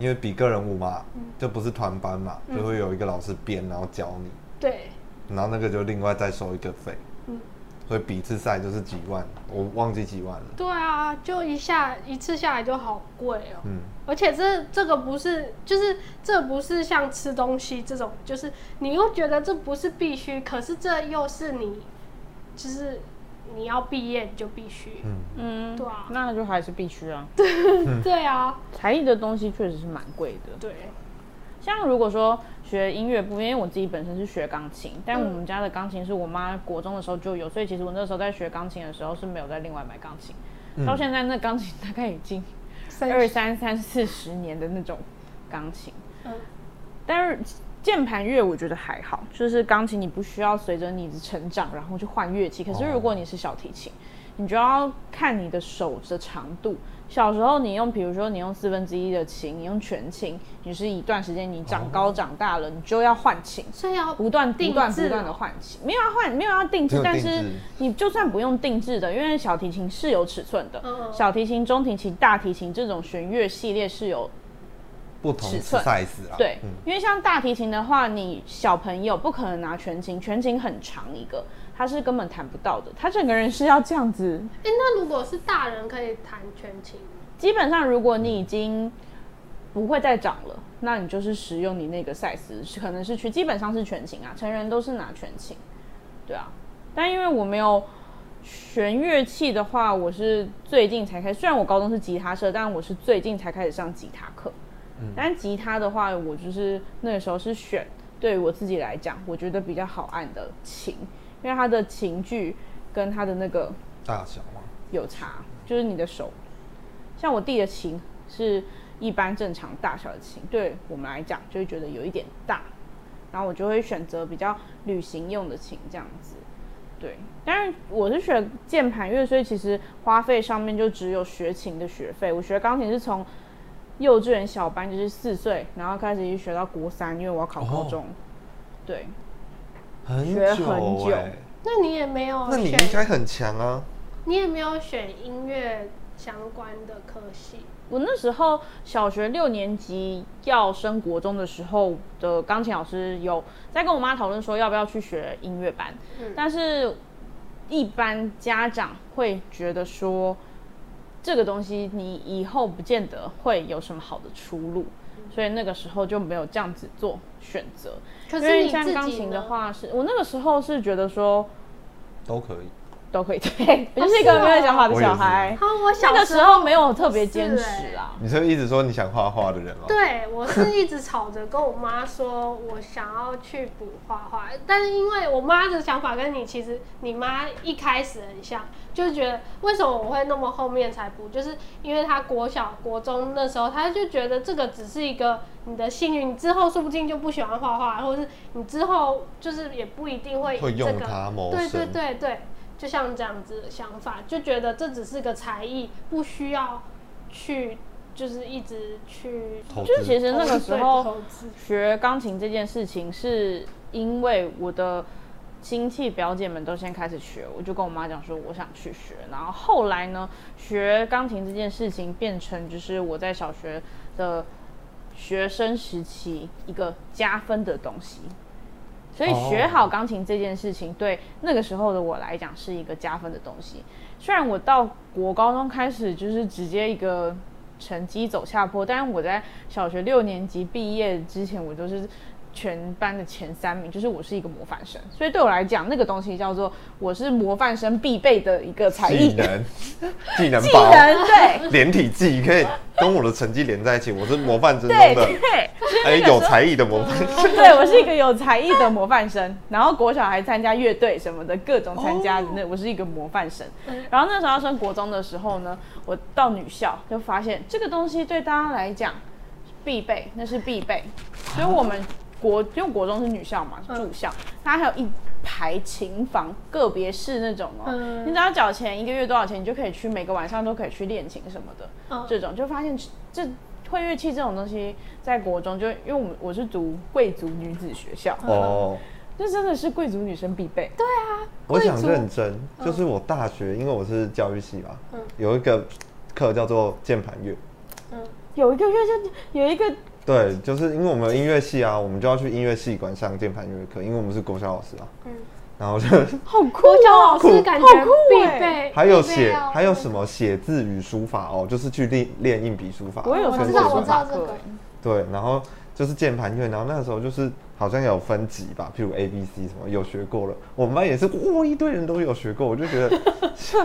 [SPEAKER 1] 因为比个人舞嘛，就不是团班嘛，就会有一个老师编，然后教你，
[SPEAKER 2] 对，
[SPEAKER 1] 然后那个就另外再收一个费，
[SPEAKER 2] 嗯。
[SPEAKER 1] 所以比一次赛就是几万，我忘记几万了。
[SPEAKER 2] 对啊，就一下一次下来就好贵哦、
[SPEAKER 1] 嗯，
[SPEAKER 2] 而且这这个不是，就是这不是像吃东西这种，就是你又觉得这不是必须，可是这又是你，就是你要毕业你就必须。
[SPEAKER 3] 嗯，
[SPEAKER 2] 对啊
[SPEAKER 3] 那就还是必须啊。
[SPEAKER 1] 嗯
[SPEAKER 2] 对啊，
[SPEAKER 3] 才艺的东西确实是蛮贵的。
[SPEAKER 2] 对，
[SPEAKER 3] 像如果说学音乐部，因为我自己本身是学钢琴，
[SPEAKER 2] 嗯
[SPEAKER 3] 但我们家的钢琴是我妈国中的时候就有，所以其实我那时候在学钢琴的时候是没有再另外买钢琴。到现在那钢琴大概已经二三三四十年的那种钢琴，
[SPEAKER 2] 嗯
[SPEAKER 3] 但是键盘乐我觉得还好，就是钢琴你不需要随着你的成长然后去换乐器，可是如果你是小提琴，你就要看你的手的长度。小时候你用，比如说你用四分之一的琴，你用全琴，你是一段时间你长高长大了，你就要换琴。
[SPEAKER 2] 所以要
[SPEAKER 3] 不断不
[SPEAKER 2] 定
[SPEAKER 3] 断
[SPEAKER 2] 制
[SPEAKER 3] 不断
[SPEAKER 2] 哦
[SPEAKER 3] 的换琴，没有要换，没有要定
[SPEAKER 1] 没
[SPEAKER 3] 制
[SPEAKER 1] 有，
[SPEAKER 3] 但
[SPEAKER 1] 定
[SPEAKER 3] 是
[SPEAKER 1] 制
[SPEAKER 3] 你就算不用定制的，因为小提琴是有尺寸的，
[SPEAKER 2] 嗯
[SPEAKER 3] 小提琴、中提琴、大提琴这种弦乐系列是有
[SPEAKER 1] 不同
[SPEAKER 3] 尺
[SPEAKER 1] 是
[SPEAKER 3] 寸
[SPEAKER 1] size 啦。
[SPEAKER 3] 对，
[SPEAKER 1] 啊嗯，
[SPEAKER 3] 因为像大提琴的话，你小朋友不可能拿全琴，全琴很长一个，他是根本弹不到的，他整个人是要这样子。
[SPEAKER 2] 哎、那如果是大人可以弹全琴吗，
[SPEAKER 3] 基本上，如果你已经不会再长了，那你就是使用你那个 size，是可能是全基本上是全勤啊，成人都是拿全勤，对啊。但因为我没有弦乐器的话，我是最近才开，虽然我高中是吉他社，但我是最近才开始上吉他课。但吉他的话，我就是那个时候是选对于我自己来讲，我觉得比较好按的琴，因为它的琴距跟它的那个
[SPEAKER 1] 大小嘛，
[SPEAKER 3] 有差，就是你的手。像我弟的琴是一般正常大小的琴，对我们来讲就会觉得有一点大，然后我就会选择比较旅行用的琴这样子。对，但是我是学键盘乐，所以其实花费上面就只有学琴的学费。我学钢琴是从幼稚园小班，就是四岁，然后开始一直学到国三，因为我要考高中。对，
[SPEAKER 1] 很
[SPEAKER 3] 学
[SPEAKER 1] 久、
[SPEAKER 3] 很久哦
[SPEAKER 1] 欸，
[SPEAKER 2] 那你也没有
[SPEAKER 1] 那你应
[SPEAKER 2] 选，
[SPEAKER 1] 该很强啊。
[SPEAKER 2] 你也没有选音乐相关的科系，
[SPEAKER 3] 我那时候小学六年级要升国中的时候的钢琴老师有在跟我妈讨论说要不要去学音乐班，
[SPEAKER 2] 嗯
[SPEAKER 3] 但是一般家长会觉得说这个东西你以后不见得会有什么好的出路，
[SPEAKER 2] 嗯
[SPEAKER 3] 所以那个时候就没有这样子做选择。
[SPEAKER 2] 可
[SPEAKER 3] 因
[SPEAKER 2] 是
[SPEAKER 3] 为
[SPEAKER 2] 你
[SPEAKER 3] 像
[SPEAKER 2] 自
[SPEAKER 3] 钢
[SPEAKER 2] 己
[SPEAKER 3] 琴
[SPEAKER 2] 呢
[SPEAKER 3] 的，话是，我那个时候是觉得说
[SPEAKER 1] 都可以。
[SPEAKER 3] 都可以， 对，我就是一个
[SPEAKER 2] 哦
[SPEAKER 3] 没有想法的
[SPEAKER 1] 我也
[SPEAKER 3] 小
[SPEAKER 1] 是
[SPEAKER 3] 孩。
[SPEAKER 2] 啊，我小
[SPEAKER 3] 那个时候没有特别坚
[SPEAKER 2] 是欸
[SPEAKER 3] 持啊啦，
[SPEAKER 1] 你是一直说你想画画的人吗？
[SPEAKER 3] 啊
[SPEAKER 2] 对，我是一直吵着跟我妈说，我想要去补画画，但是因为我妈的想法跟你其实你妈一开始很像，就是觉得为什么我会那么后面才补，就是因为她国小、国中那时候，她就觉得这个只是一个你的幸运，你之后说不定就不喜欢画画，或者是你之后就是也不一定会以
[SPEAKER 1] 会
[SPEAKER 2] 这
[SPEAKER 1] 用
[SPEAKER 2] 个
[SPEAKER 1] 它谋
[SPEAKER 2] 对对
[SPEAKER 1] 生
[SPEAKER 2] 对对，就像这样子的想法，就觉得这只是个才艺，不需要去就是一直去
[SPEAKER 1] 投
[SPEAKER 3] 就是其
[SPEAKER 1] 资
[SPEAKER 2] 嗯
[SPEAKER 3] 实那个时候
[SPEAKER 2] 投资
[SPEAKER 3] 学钢琴这件事情，是因为我的亲戚表姐们都先开始学，我就跟我妈讲说我想去学，然后后来呢，学钢琴这件事情变成就是我在小学的学生时期一个加分的东西。所以学好钢琴这件事情，对那个时候的我来讲是一个加分的东西。虽然我到国高中开始就是直接一个成绩走下坡，但是我在小学六年级毕业之前，我都是全班的前三名，就是我是一个模范生，所以对我来讲，那个东西叫做我是模范生必备的一个才
[SPEAKER 1] 技
[SPEAKER 3] 艺
[SPEAKER 1] 能，技能
[SPEAKER 3] 技
[SPEAKER 1] 包，
[SPEAKER 3] 能，对
[SPEAKER 1] 连体技可以跟我的成绩连在一起。我是模范生中
[SPEAKER 3] 对
[SPEAKER 1] 的，
[SPEAKER 3] 对。
[SPEAKER 1] 哎，有才艺的模范生。
[SPEAKER 3] 对我是一个有才艺的模范生，然后国小还参加乐队什么的，各种参加的那、我是一个模范生。然后那时候要升国中的时候呢，我到女校就发现这个东西对大家来讲是必备，那是必备。所以我们国因为国中是女校嘛，是住校，它还有一排琴房，个别室那种哦、
[SPEAKER 2] 嗯
[SPEAKER 3] 你只要缴钱一个月多少钱，你就可以去每个晚上都可以去练琴什么的。
[SPEAKER 2] 嗯
[SPEAKER 3] 这种就发现这会乐器这种东西，在国中就因为我们我是读贵族女子学校，
[SPEAKER 2] 嗯
[SPEAKER 1] 哦，
[SPEAKER 3] 这真的是贵族女生必备。对，
[SPEAKER 1] 我
[SPEAKER 2] 贵
[SPEAKER 1] 想
[SPEAKER 2] 族
[SPEAKER 1] 认真，
[SPEAKER 3] 嗯
[SPEAKER 1] 就是我大学，因为我是教育系嘛
[SPEAKER 2] 嗯，
[SPEAKER 1] 有一个课叫做键盘乐。
[SPEAKER 3] 有一个月就有一个
[SPEAKER 1] 对，就是因为我们音乐系啊，我们就要去音乐系馆上键盘乐课，因为我们是国小老师啊。
[SPEAKER 2] 嗯
[SPEAKER 1] 然后就
[SPEAKER 3] 好酷
[SPEAKER 2] 国小老
[SPEAKER 3] 哦，
[SPEAKER 2] 师感觉
[SPEAKER 3] 好酷
[SPEAKER 2] 必
[SPEAKER 3] 欸
[SPEAKER 2] 备，
[SPEAKER 1] 还有
[SPEAKER 2] 必备
[SPEAKER 1] 写，
[SPEAKER 2] 哦
[SPEAKER 1] 还有什么写字与书法哦，就是去练练硬笔书法。
[SPEAKER 3] 我
[SPEAKER 2] 我
[SPEAKER 3] 有
[SPEAKER 1] 跟
[SPEAKER 2] 知
[SPEAKER 1] 着
[SPEAKER 2] 道，
[SPEAKER 3] 参加
[SPEAKER 1] 书
[SPEAKER 2] 我
[SPEAKER 1] 法
[SPEAKER 2] 知道
[SPEAKER 3] 课
[SPEAKER 2] 这个
[SPEAKER 3] 欸，
[SPEAKER 1] 对，然后就是键盘乐，然后那个时候就是好像有分级吧，譬如 A、B、C 什么有学过了，我们班也是，哇，一堆人都有学过，我就觉得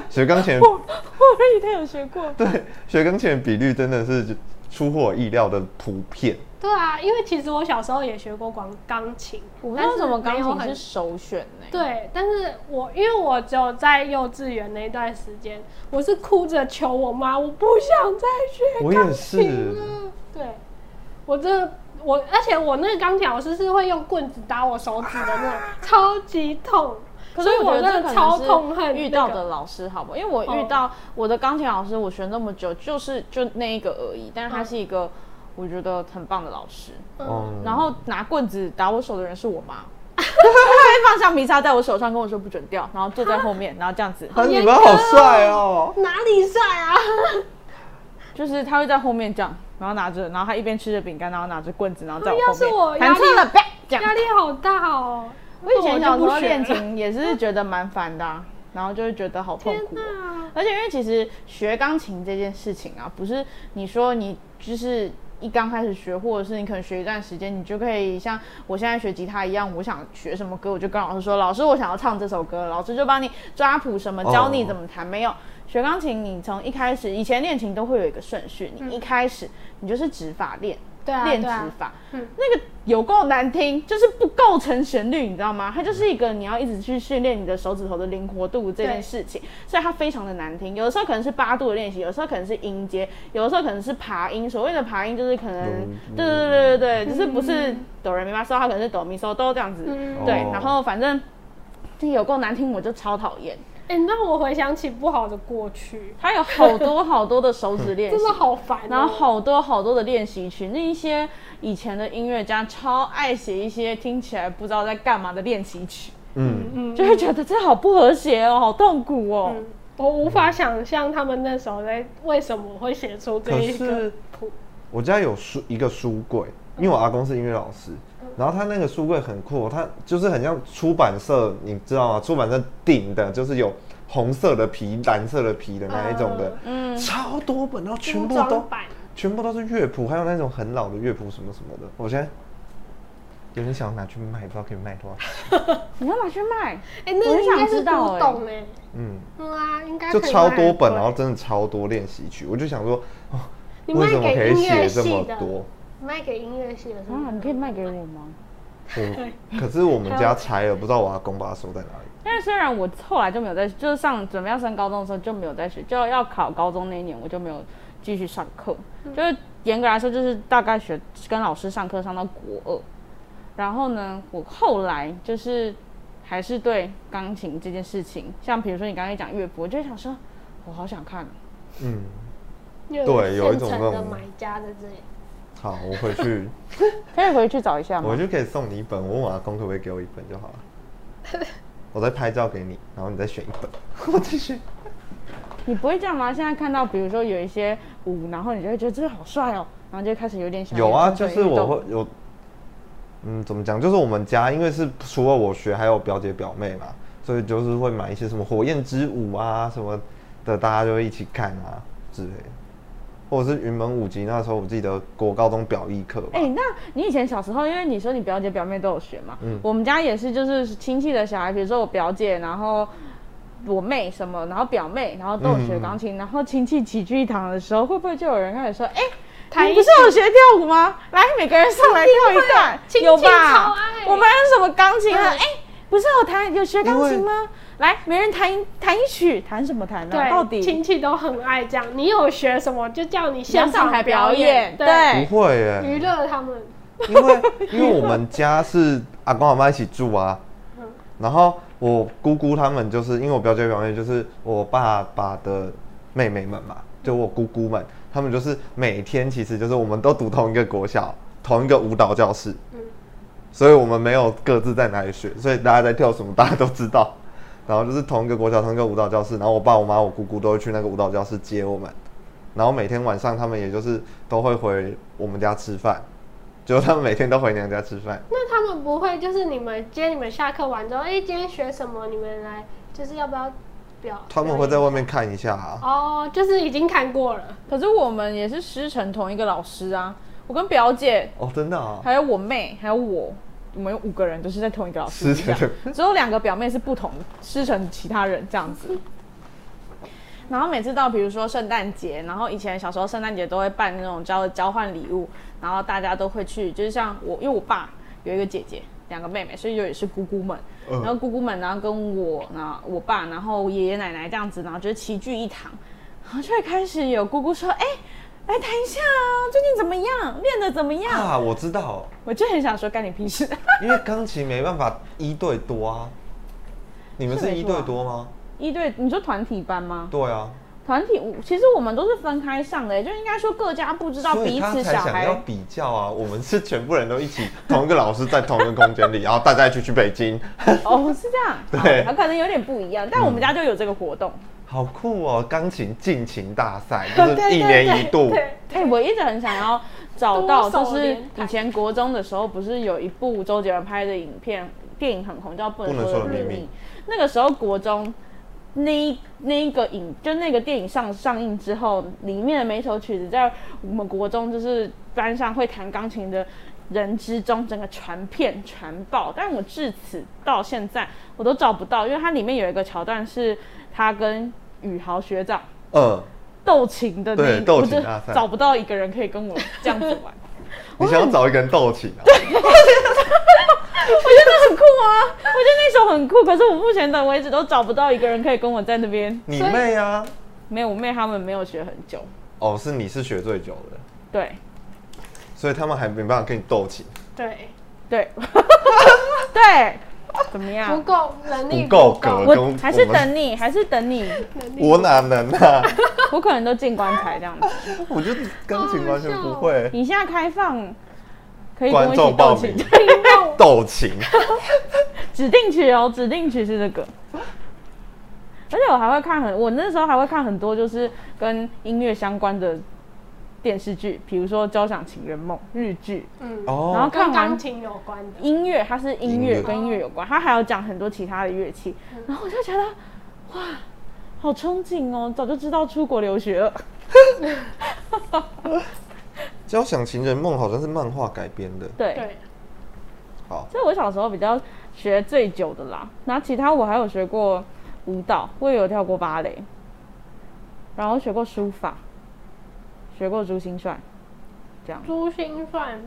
[SPEAKER 1] 学钢琴，
[SPEAKER 3] 我以为他有学过。
[SPEAKER 1] 对，学钢琴的比率真的是出乎我意料的普遍。
[SPEAKER 2] 对啊，因为其实我小时候也学过钢钢琴，
[SPEAKER 3] 我不知
[SPEAKER 2] 但
[SPEAKER 3] 道
[SPEAKER 2] 是
[SPEAKER 3] 为什么
[SPEAKER 2] 没
[SPEAKER 3] 钢
[SPEAKER 2] 有
[SPEAKER 3] 琴
[SPEAKER 2] 很
[SPEAKER 3] 是首选呢、
[SPEAKER 2] 对，但是我因为我只有在幼稚园那一段时间，我是哭着求我妈，我不想再学
[SPEAKER 1] 我也
[SPEAKER 2] 钢
[SPEAKER 1] 是
[SPEAKER 2] 琴啊了。对，我真的我，而且我那个钢琴老师是会用棍子打我手指的那种，超级痛。
[SPEAKER 3] 可
[SPEAKER 2] 所
[SPEAKER 3] 是
[SPEAKER 2] 以
[SPEAKER 3] 我
[SPEAKER 2] 我
[SPEAKER 3] 觉得
[SPEAKER 2] 真
[SPEAKER 3] 这
[SPEAKER 2] 的
[SPEAKER 3] 可
[SPEAKER 2] 超
[SPEAKER 3] 能是
[SPEAKER 2] 痛恨
[SPEAKER 3] 遇
[SPEAKER 2] 那
[SPEAKER 3] 到
[SPEAKER 2] 个
[SPEAKER 3] 的老师，好不好？因为我
[SPEAKER 2] 哦
[SPEAKER 3] 遇到我的钢琴老师，我学那么久，就是就那一个而已，但是他
[SPEAKER 2] 嗯
[SPEAKER 3] 是一个我觉得很棒的老师。
[SPEAKER 1] 嗯，
[SPEAKER 3] 然后拿棍子打我手的人是我 妈，她会放橡皮擦在我手上，跟我说不准掉，然后坐在 后面，然后这样子，
[SPEAKER 1] 啊，你们好帅哦！
[SPEAKER 2] 哪里帅啊？
[SPEAKER 3] 就是她会在后面这样，然后拿着，然后她一边吃着饼干，然后拿着棍子，然后在我
[SPEAKER 2] 哦要
[SPEAKER 3] 后
[SPEAKER 2] 是我
[SPEAKER 3] 面
[SPEAKER 2] 压
[SPEAKER 3] 弹
[SPEAKER 2] 力
[SPEAKER 3] 错了，啪，这
[SPEAKER 2] 压
[SPEAKER 3] 样。
[SPEAKER 2] 力好大哦。
[SPEAKER 3] 我以前小时
[SPEAKER 2] 我就不
[SPEAKER 3] 候
[SPEAKER 2] 学
[SPEAKER 3] 练
[SPEAKER 2] 了
[SPEAKER 3] 琴也是觉得蛮烦的啊、然后就会觉得好痛苦哦、
[SPEAKER 2] 啊，
[SPEAKER 3] 而且因为其实学钢琴这件事情啊，不是你说你就是一刚开始学，或者是你可能学一段时间，你就可以像我现在学吉他一样，我想学什么歌，我就跟老师说，老师我想要唱这首歌，老师就帮你抓谱什么，教你怎么弹。没有学钢琴，你从一开始，以前练琴都会有一个顺序，你一开始你就是指法练。
[SPEAKER 2] 对啊
[SPEAKER 3] 练指
[SPEAKER 2] 对啊
[SPEAKER 3] 法，那个有够难听，就是不构成旋律，你知道吗？它就是一个你要一直去训练你的手指头的灵活度这件事情，所以它非常的难听。有的时候可能是八度的练习，有的时候可能是音阶，有的时候可能是爬音。所谓的爬音就是可能，
[SPEAKER 1] 嗯
[SPEAKER 3] 对对对对对，就是不是哆来咪发嗦，它可能是哆咪嗦哆这样子。
[SPEAKER 2] 嗯
[SPEAKER 3] 对
[SPEAKER 1] 哦，
[SPEAKER 3] 然后反正这有够难听，我就超讨厌。
[SPEAKER 2] 哎、你让我回想起不好的过去，
[SPEAKER 3] 它有好多好多的手指练习
[SPEAKER 2] 真，的好烦哦、
[SPEAKER 3] 然后好多好多的练习曲，那一些以前的音乐家超爱写一些听起来不知道在干嘛的练习曲，
[SPEAKER 1] 嗯，
[SPEAKER 2] 嗯，嗯
[SPEAKER 3] 就会觉得这好不和谐哦，好痛苦哦。
[SPEAKER 2] 嗯我无法想象他们那时候在为什么会写出这
[SPEAKER 1] 可
[SPEAKER 2] 一个
[SPEAKER 1] 是
[SPEAKER 2] 谱，
[SPEAKER 1] 我家有书一个书柜，因
[SPEAKER 2] 嗯
[SPEAKER 1] 为我阿公是音乐老师，然后他那个书柜很酷哦，他就是很像出版社，你知道吗？出版社顶的就是有红色的皮、蓝色的皮的那一种的，
[SPEAKER 3] 嗯，
[SPEAKER 1] 超多本，然后全
[SPEAKER 2] 精
[SPEAKER 1] 部都
[SPEAKER 2] 装版。
[SPEAKER 1] 全部都是乐谱，还有那种很老的乐谱什么什么的。我现在有点想拿去卖，不知道可以卖多少钱。
[SPEAKER 3] 你要拿去卖？
[SPEAKER 2] 哎、那
[SPEAKER 3] 我很
[SPEAKER 2] 应
[SPEAKER 3] 想
[SPEAKER 2] 该是
[SPEAKER 3] 知道
[SPEAKER 2] 古
[SPEAKER 3] 哎
[SPEAKER 2] 董哎、
[SPEAKER 1] 嗯，
[SPEAKER 2] 嗯啊，应该
[SPEAKER 1] 就
[SPEAKER 2] 可以
[SPEAKER 1] 超
[SPEAKER 2] 卖
[SPEAKER 1] 多
[SPEAKER 2] 很
[SPEAKER 1] 本，
[SPEAKER 2] 贵
[SPEAKER 1] 然后真的超多练习曲。我就想说，哦，
[SPEAKER 2] 你
[SPEAKER 1] 为
[SPEAKER 2] 卖
[SPEAKER 1] 什么可
[SPEAKER 2] 给
[SPEAKER 1] 以
[SPEAKER 2] 音乐
[SPEAKER 1] 写这么
[SPEAKER 2] 系的，
[SPEAKER 1] 多？
[SPEAKER 2] 卖给音乐系的是
[SPEAKER 3] 啊，你可以卖给我吗？
[SPEAKER 1] 我可是我们家拆了，不知道我阿公把它收在哪里。
[SPEAKER 3] 但是虽然我后来就没有在，就是上准备要上高中的时候就没有在学，就要考高中那一年我就没有继续上课，就是严格来说就是大概学跟老师上课上到国二，然后呢，我后来就是还是对钢琴这件事情，像比如说你刚才讲乐谱，我就会想说，我好想看，啊
[SPEAKER 1] 嗯，
[SPEAKER 2] 因为
[SPEAKER 1] 对有一
[SPEAKER 2] 现
[SPEAKER 1] 种
[SPEAKER 2] 成
[SPEAKER 1] 那
[SPEAKER 2] 的
[SPEAKER 1] 种
[SPEAKER 2] 买家在这里。
[SPEAKER 1] 好，我回 去，
[SPEAKER 3] 可以回去找一下
[SPEAKER 1] 我
[SPEAKER 3] 吗
[SPEAKER 1] 回？去可以送你一本。我问我阿公可不可以给我一本就好了。 我再拍照给你，然后你再选一本。我再选。
[SPEAKER 3] 你不会这样吗？现在看到比如说有一些舞，然后你就会觉得这个好帅哦，然后就开始有点想
[SPEAKER 1] 有啊，
[SPEAKER 3] 蠢
[SPEAKER 1] 就
[SPEAKER 3] 蠢
[SPEAKER 1] 是
[SPEAKER 3] 欲
[SPEAKER 1] 我
[SPEAKER 3] 动
[SPEAKER 1] 会有，嗯，怎么讲？就是我们家因为是除了我学，还有表姐表妹嘛，所以就是会买一些什么火焰之舞啊什么的，大家就会一起看啊之类的，或者是云门舞集。那时候我记得国高中表艺课吧，
[SPEAKER 3] 哎、那你以前小时候，因为你说你表姐表妹都有学嘛，
[SPEAKER 1] 嗯
[SPEAKER 3] 我们家也是，就是亲戚的小孩，比如说我表姐，然后我妹什么，然后表妹，然后都有学钢琴，然后亲戚齐聚一堂的时候，会不会就有人开始说，哎、
[SPEAKER 2] 弹
[SPEAKER 3] 你
[SPEAKER 2] 一
[SPEAKER 3] 不是有学跳舞吗？来，每个人上来跳一段，
[SPEAKER 2] 亲戚
[SPEAKER 3] 有
[SPEAKER 2] 超
[SPEAKER 3] 吧
[SPEAKER 2] 爱？嗯
[SPEAKER 3] 我们还有什么钢琴啊？哎、
[SPEAKER 2] 对
[SPEAKER 3] 不是有弹有学钢
[SPEAKER 1] 因
[SPEAKER 3] 琴
[SPEAKER 1] 为
[SPEAKER 3] 吗？来，每人弹一弹一曲，弹什么弹呢、
[SPEAKER 2] 对，
[SPEAKER 3] 到底
[SPEAKER 2] 亲戚都很爱这样。你有学什么就叫你
[SPEAKER 3] 要
[SPEAKER 2] 现
[SPEAKER 3] 上
[SPEAKER 2] 场
[SPEAKER 3] 台
[SPEAKER 2] 表
[SPEAKER 3] 表演，
[SPEAKER 2] 对，
[SPEAKER 1] 不会耶、
[SPEAKER 2] 娱乐他们。
[SPEAKER 1] 因为因为我们家是阿公阿妈一起住啊，然后我姑姑他们就是因为我表姐表妹就是我爸爸的妹妹们嘛，就我姑姑们，他们就是每天其实就是我们都读同一个国小，同一个舞蹈教室，所以我们没有各自在哪里学，所以大家在跳什么大家都知道。然后就是同一个国小，同一个舞蹈教室，然后我爸、我妈、我姑姑都会去那个舞蹈教室接我们，然后每天晚上他们也就是都会回我们家吃饭，就他们每天都回娘家吃饭。
[SPEAKER 2] 那他们不会就是你们今天你们下课完之后，哎、今天学什么？你们来就是要不要表？
[SPEAKER 1] 他们会在外面看一下啊。
[SPEAKER 2] 哦，就是已经看过了。
[SPEAKER 3] 可是我们也是师承同一个老师啊，我跟表姐
[SPEAKER 1] 哦，真的啊，
[SPEAKER 3] 还有我妹，还有我，我们有五个人都是在同一个老师
[SPEAKER 1] 师
[SPEAKER 3] 底下
[SPEAKER 1] 承，
[SPEAKER 3] 只有两个表妹是不同师承其他人这样子。然后每次到比如说圣诞节，然后以前小时候圣诞节都会办那种交交换礼物，然后大家都会去，就是像我，因为我爸有一个姐姐，两个妹妹，所以就也是姑姑们，
[SPEAKER 1] 嗯
[SPEAKER 3] 然后姑姑们，然后跟我，然后我爸，然后爷爷奶奶这样子，然后就是齐聚一堂，然后就会开始有姑姑说，哎、来谈一下啊，最近怎么样，练的怎么样？
[SPEAKER 1] 啊，我知道，
[SPEAKER 3] 我就很想说干你屁事。
[SPEAKER 1] 因为钢琴没办法一对多啊。你们
[SPEAKER 3] 是
[SPEAKER 1] 是
[SPEAKER 3] 没
[SPEAKER 1] 一
[SPEAKER 3] 错啊
[SPEAKER 1] 对多吗？
[SPEAKER 3] 一对，你说团体班吗？
[SPEAKER 1] 对啊，
[SPEAKER 3] 团体，我其实我们都是分开上的，就应该说各家不知道
[SPEAKER 1] 所以
[SPEAKER 3] 彼
[SPEAKER 1] 他
[SPEAKER 3] 此
[SPEAKER 1] 才
[SPEAKER 3] 小
[SPEAKER 1] 想要
[SPEAKER 3] 孩。
[SPEAKER 1] 比较啊。我们是全部人都一起，同一个老师在同一个空间里，然后大家一起去北京，
[SPEAKER 3] 哦，是这样，
[SPEAKER 1] 对
[SPEAKER 3] 好可能有点不一样，但我们家就有这个活动。
[SPEAKER 1] 好酷哦！钢琴尽情大赛就是一
[SPEAKER 2] 对
[SPEAKER 1] 年一度，
[SPEAKER 2] 对
[SPEAKER 3] 哎、我一直很想要找到，
[SPEAKER 2] 多
[SPEAKER 3] 就
[SPEAKER 2] 手
[SPEAKER 3] 是
[SPEAKER 2] 连
[SPEAKER 3] 以
[SPEAKER 2] 弹
[SPEAKER 3] 前国中的时候，不是有一部周杰伦拍的影片，电影很红，叫《不能
[SPEAKER 1] 不能
[SPEAKER 3] 说
[SPEAKER 1] 说
[SPEAKER 3] 的
[SPEAKER 1] 的
[SPEAKER 3] 秘
[SPEAKER 1] 秘
[SPEAKER 3] 密
[SPEAKER 1] 密》。
[SPEAKER 3] 那个时候国中那一那一个影，就那个电影上上映之后，里面的每一首曲子在我们国中就是班上会弹钢琴的人之中，整个传遍传爆。但我至此到现在我都找不到，因为它里面有一个桥段是他跟宇豪学长
[SPEAKER 1] 呃，
[SPEAKER 3] 斗琴的那
[SPEAKER 1] 对
[SPEAKER 3] 一，
[SPEAKER 1] 斗
[SPEAKER 3] 我
[SPEAKER 1] 琴
[SPEAKER 3] 就
[SPEAKER 1] 大赛
[SPEAKER 3] 找不到一个人可以跟我这样子玩。
[SPEAKER 1] 你想要找一个人斗琴啊？
[SPEAKER 3] 我觉得很酷啊，我觉得那首很酷，可是我目前的为止都找不到一个人可以跟我在那边。
[SPEAKER 1] 你
[SPEAKER 2] 所以
[SPEAKER 1] 妹啊！
[SPEAKER 3] 没有，我妹他们没有学很久，
[SPEAKER 1] 哦，是你是学最久的，
[SPEAKER 3] 对
[SPEAKER 1] 所以他们还没办法跟你斗琴，
[SPEAKER 2] 对，
[SPEAKER 3] 对 对，怎么
[SPEAKER 2] 不
[SPEAKER 3] 样？
[SPEAKER 2] 够能力
[SPEAKER 1] 不够格跟我
[SPEAKER 3] 我
[SPEAKER 1] 们
[SPEAKER 3] 还是等你，还是等你，
[SPEAKER 2] 能力
[SPEAKER 1] 我哪能啊？
[SPEAKER 3] 我可能都进棺材这样子。
[SPEAKER 1] 我就钢琴完全不会，
[SPEAKER 3] 你现在开放可以跟
[SPEAKER 1] 观
[SPEAKER 3] 我一起
[SPEAKER 1] 众报
[SPEAKER 3] 斗琴
[SPEAKER 1] 名，
[SPEAKER 2] 听到
[SPEAKER 1] 斗琴，
[SPEAKER 3] 指定曲哦，指定曲是这个。而且我还会看很，我那时候还会看很多就是跟音乐相关的电视剧，比如说《交响情人梦》日剧，
[SPEAKER 2] 嗯，
[SPEAKER 3] 然后
[SPEAKER 1] 哦，
[SPEAKER 3] 看
[SPEAKER 2] 跟
[SPEAKER 3] 完
[SPEAKER 2] 钢琴有关的，
[SPEAKER 3] 音乐，它是音
[SPEAKER 1] 音乐
[SPEAKER 3] 乐跟音乐有关，它还有讲很多其他的乐器，然后我就觉得哇，好憧憬哦，早就知道出国留学了。
[SPEAKER 1] 交响情人梦好像是漫画改编的，
[SPEAKER 3] 对，
[SPEAKER 2] 对，
[SPEAKER 1] 好，
[SPEAKER 3] 这我小时候比较学最久的啦，然后其他我还有学过舞蹈，我也有跳过芭蕾，然后学过书法，学过珠心算，这样。
[SPEAKER 2] 珠心算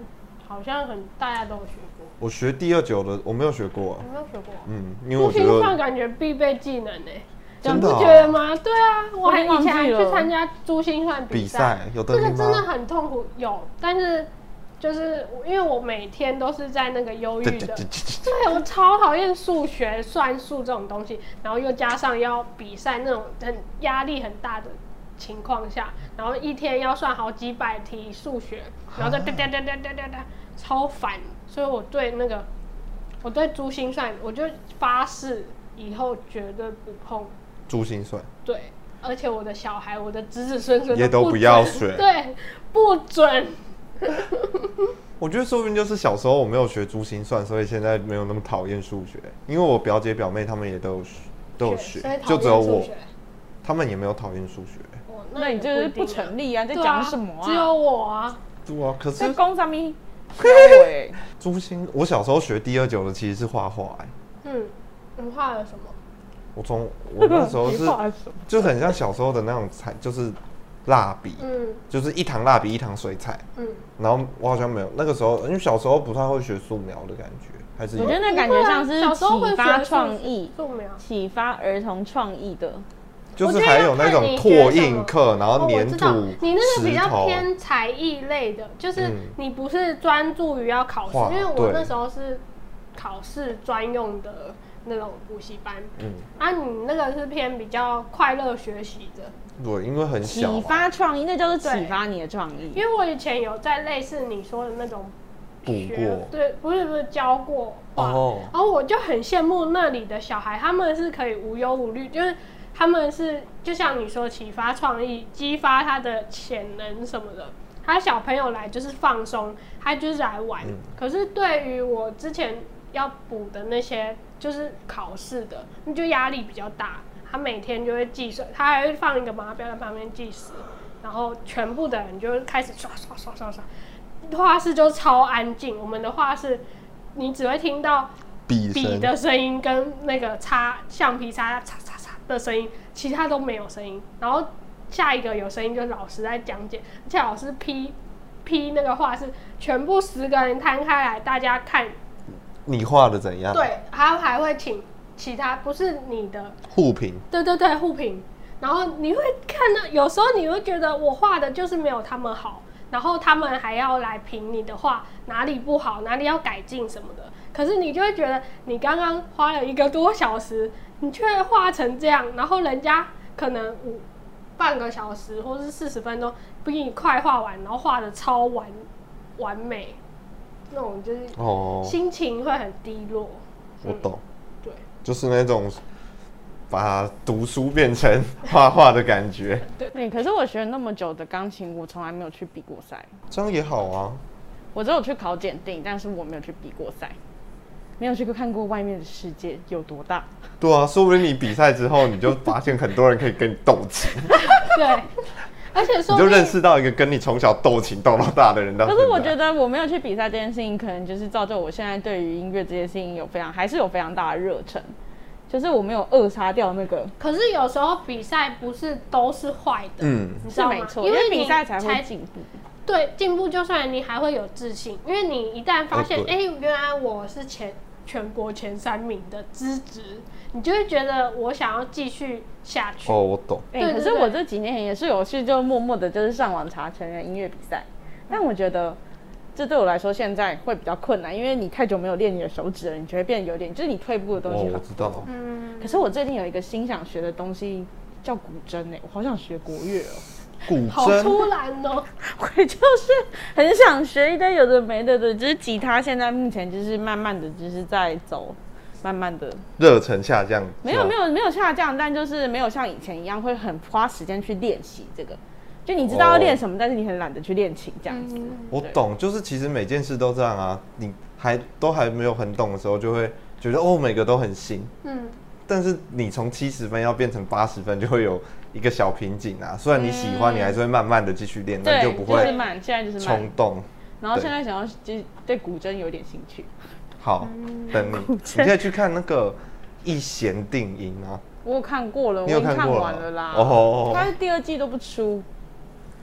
[SPEAKER 2] 好像很大家都有学过，
[SPEAKER 1] 我学第二九的我没有学过啊
[SPEAKER 2] 有，没有学过啊？
[SPEAKER 1] 嗯，因为我
[SPEAKER 2] 珠
[SPEAKER 1] 觉
[SPEAKER 2] 心算
[SPEAKER 1] 得
[SPEAKER 2] 感觉必备技能呢、你
[SPEAKER 1] 真
[SPEAKER 2] 不
[SPEAKER 1] 的
[SPEAKER 2] 觉得
[SPEAKER 1] 哦
[SPEAKER 2] 吗？对啊，我还
[SPEAKER 3] 我已经忘
[SPEAKER 2] 以
[SPEAKER 3] 记
[SPEAKER 2] 前还去
[SPEAKER 3] 了
[SPEAKER 2] 参加珠心算
[SPEAKER 1] 比
[SPEAKER 2] 赛，
[SPEAKER 1] 赛有
[SPEAKER 2] 这
[SPEAKER 1] 的
[SPEAKER 2] 个
[SPEAKER 1] 你
[SPEAKER 2] 真
[SPEAKER 1] 吗？
[SPEAKER 2] 的很痛苦，有，但是就是因为我每天都是在那个忧郁
[SPEAKER 1] 对对
[SPEAKER 2] 的
[SPEAKER 1] 对，对
[SPEAKER 2] 对我超讨厌数学、算术这种东西，然后又加上要比赛那种很压力很大的情况下，然后一天要算好几百题 数学，然后再哒哒哒哒哒哒哒，超烦。所以我对那个，我对珠心算，我就发誓以后绝对不碰。
[SPEAKER 1] 珠心算，
[SPEAKER 2] 对，而且我的小孩、我的子子孙孙
[SPEAKER 1] 也都
[SPEAKER 2] 不
[SPEAKER 1] 不要
[SPEAKER 2] 准
[SPEAKER 1] 学
[SPEAKER 2] 对，不准。
[SPEAKER 1] 我觉得说不定就是小时候我没有学珠心算，所以现在没有那么讨厌数学，因为我表姐表妹她们也都有学，都有学
[SPEAKER 2] 所以，讨
[SPEAKER 1] 就
[SPEAKER 2] 厌
[SPEAKER 1] 只有
[SPEAKER 2] 数
[SPEAKER 1] 我
[SPEAKER 2] 学，
[SPEAKER 1] 她们也没有讨厌数学，
[SPEAKER 2] 哦
[SPEAKER 3] 那你就是不
[SPEAKER 2] 成
[SPEAKER 3] 成立啊！你在讲什么啊？
[SPEAKER 2] 只有我啊。
[SPEAKER 1] 对啊，可
[SPEAKER 3] 在
[SPEAKER 1] 是
[SPEAKER 3] 攻 上面。对，
[SPEAKER 1] 珠心，我小时候学第二九的其实是画画、欸，
[SPEAKER 2] 嗯，你画了什么？
[SPEAKER 1] 我从我那时候
[SPEAKER 3] 你
[SPEAKER 1] 是
[SPEAKER 3] 画什么
[SPEAKER 1] 就很像小时候的那种彩，就是蜡笔，
[SPEAKER 2] 嗯
[SPEAKER 1] 就是一堂蜡笔一堂水彩，
[SPEAKER 2] 嗯，
[SPEAKER 1] 然后我好像没有那个时候，因为小时候不太会学素描的感觉，还是
[SPEAKER 3] 我觉得
[SPEAKER 1] 有
[SPEAKER 3] 那感觉像是
[SPEAKER 2] 小时候会
[SPEAKER 3] 启发
[SPEAKER 2] 学
[SPEAKER 3] 创意、
[SPEAKER 2] 素描。
[SPEAKER 3] 启发儿童创意的
[SPEAKER 1] 就是还有那种拓印课，然
[SPEAKER 2] 哦，
[SPEAKER 1] 后
[SPEAKER 2] 我
[SPEAKER 1] 粘
[SPEAKER 2] 知
[SPEAKER 1] 土、
[SPEAKER 2] 道，你那个比
[SPEAKER 1] 石
[SPEAKER 2] 较
[SPEAKER 1] 头，
[SPEAKER 2] 偏才艺类的，就是
[SPEAKER 1] 嗯
[SPEAKER 2] 你不是专注于要考试，
[SPEAKER 1] 画
[SPEAKER 2] 因为我
[SPEAKER 1] 对
[SPEAKER 2] 那时候是考试专用的那种补习班。
[SPEAKER 1] 嗯，
[SPEAKER 2] 啊，你那个是偏比较快乐学习的，
[SPEAKER 1] 对，因为很小啊嘛
[SPEAKER 3] 启发创意，那叫做启
[SPEAKER 2] 对
[SPEAKER 3] 发你的创意
[SPEAKER 2] 因。为我以前有在类似你说的那种
[SPEAKER 1] 补
[SPEAKER 2] 学
[SPEAKER 1] 过，
[SPEAKER 2] 对，不是不是教过画，
[SPEAKER 1] 哦
[SPEAKER 2] 然后我就很羡慕那里的小孩，他们是可以无忧无虑，就是他们是就像你说启发创意、激发他的潜能什么的。他小朋友来就是放松，他就是来玩。
[SPEAKER 1] 嗯
[SPEAKER 2] 可是对于我之前要补的那些，就是考试的，那就压力比较大。他每天就会计算，他还会放一个码表在旁边计时，然后全部的人就会开始刷刷刷刷刷。画室就超安静，我们的画室你只会听到
[SPEAKER 1] 笔
[SPEAKER 2] 笔
[SPEAKER 1] 生
[SPEAKER 2] 的声音跟那个擦橡皮擦擦擦擦的声音，其他都没有声音。然后下一个有声音就是老师在讲解，而且老师批批那个画是全部十个人摊开来，大家看，
[SPEAKER 1] 你画的怎样？，
[SPEAKER 2] 对，他还会请其他不是你的，
[SPEAKER 1] 互评，
[SPEAKER 2] 对对对，互评。然后你会看到，有时候你会觉得我画的就是没有他们好，然后他们还要来评你的画哪里不好，哪里要改进什么的。可是你就会觉得，你刚刚花了一个多小时，你却画成这样，然后人家可能五半个小时或是四十分钟比你快画完，然后画的超完完美，那种就是
[SPEAKER 1] 哦，
[SPEAKER 2] 心情会很低落。
[SPEAKER 1] 我懂，
[SPEAKER 2] 对，
[SPEAKER 1] 就是那种把读书变成 画画的感觉，
[SPEAKER 3] 对，哎可是我学了那么久的钢琴，我从来没有去比过赛。
[SPEAKER 1] 这样也好啊。
[SPEAKER 3] 我只有去考检定，但是我没有去比过赛。没有去过看过外面的世界有多大。
[SPEAKER 1] 对啊，说不定你比赛之后，你就发现很多人可以跟你斗 琴，
[SPEAKER 2] 对，而且说
[SPEAKER 1] 你就
[SPEAKER 2] 不定
[SPEAKER 1] 认识到一个跟你从小斗琴斗到啊大的人。
[SPEAKER 3] 可是我觉
[SPEAKER 1] 得，
[SPEAKER 3] 得我没有去比赛这件事情，可能就是造就我现在对于音乐这件事情有非常还是有非常大的热忱，就是我没有扼杀掉那个。
[SPEAKER 2] 可是有时候比赛不是都是坏的，
[SPEAKER 1] 嗯，
[SPEAKER 2] 你知
[SPEAKER 3] 是
[SPEAKER 2] 道吗？
[SPEAKER 3] 没错，
[SPEAKER 2] 因
[SPEAKER 3] 因为
[SPEAKER 2] 你
[SPEAKER 3] 比赛才会进步。
[SPEAKER 2] 对进步，就算你还会有自信，因为你一旦发现，
[SPEAKER 1] 哦
[SPEAKER 2] 哎、
[SPEAKER 1] 对
[SPEAKER 2] 原来我是前全国前三名的资质，你就会觉得我想要继续下去。
[SPEAKER 1] 哦，我懂。
[SPEAKER 3] 哎、
[SPEAKER 2] 对
[SPEAKER 3] 可
[SPEAKER 2] 对
[SPEAKER 3] 是
[SPEAKER 2] 对
[SPEAKER 3] 我这几年也是有去就默默的，就是上网查成人音乐比赛，但我觉得这对我来说现在会比较困难，因为你太久没有练你的手指了，你就会变得有点，就是你退步的
[SPEAKER 1] 哦
[SPEAKER 3] 东西，很
[SPEAKER 1] 我
[SPEAKER 3] 多
[SPEAKER 1] 知道。
[SPEAKER 2] 嗯，
[SPEAKER 3] 可是我最近有一个新想学的东西叫古筝哎、我好想学国乐哦、
[SPEAKER 1] 古
[SPEAKER 2] 好
[SPEAKER 1] 筝，
[SPEAKER 2] 突然哦、
[SPEAKER 3] 我就是很想学一堆有的没的的，就是吉他现在目前就是慢慢的就是在走，慢慢的
[SPEAKER 1] 热忱下降。
[SPEAKER 3] 没有没
[SPEAKER 1] 有，
[SPEAKER 3] 有没有下降，但就是没有像以前一样会很花时间去练习这个。就你知道要练什么，但是你很懒得去练琴这样子。
[SPEAKER 1] 我懂，就是其实每件事都这样啊。你还都还没有很懂的时候，就会觉得哦，每个都很新。
[SPEAKER 2] 嗯，
[SPEAKER 1] 但是你从七十分要变成八十分，就会有一个小瓶颈啊。虽然你喜欢，你还是会慢慢的继续练，但
[SPEAKER 3] 嗯对，
[SPEAKER 1] 你就不
[SPEAKER 3] 是
[SPEAKER 1] 会
[SPEAKER 3] 慢，现在就是
[SPEAKER 1] 冲
[SPEAKER 3] 慢。
[SPEAKER 1] 动。
[SPEAKER 3] 然后
[SPEAKER 1] 对
[SPEAKER 3] 现在想要就是对古筝有点兴趣，
[SPEAKER 1] 好，
[SPEAKER 3] 嗯
[SPEAKER 1] 等 你，你可以去看那个一弦定音啊，
[SPEAKER 3] 我有看过了，我
[SPEAKER 1] 你
[SPEAKER 3] 已
[SPEAKER 1] 有
[SPEAKER 3] 经
[SPEAKER 1] 看
[SPEAKER 3] 看
[SPEAKER 1] 过
[SPEAKER 3] 完
[SPEAKER 1] 了
[SPEAKER 3] 了啦。
[SPEAKER 1] 哦哦哦
[SPEAKER 3] 它第二季都不出，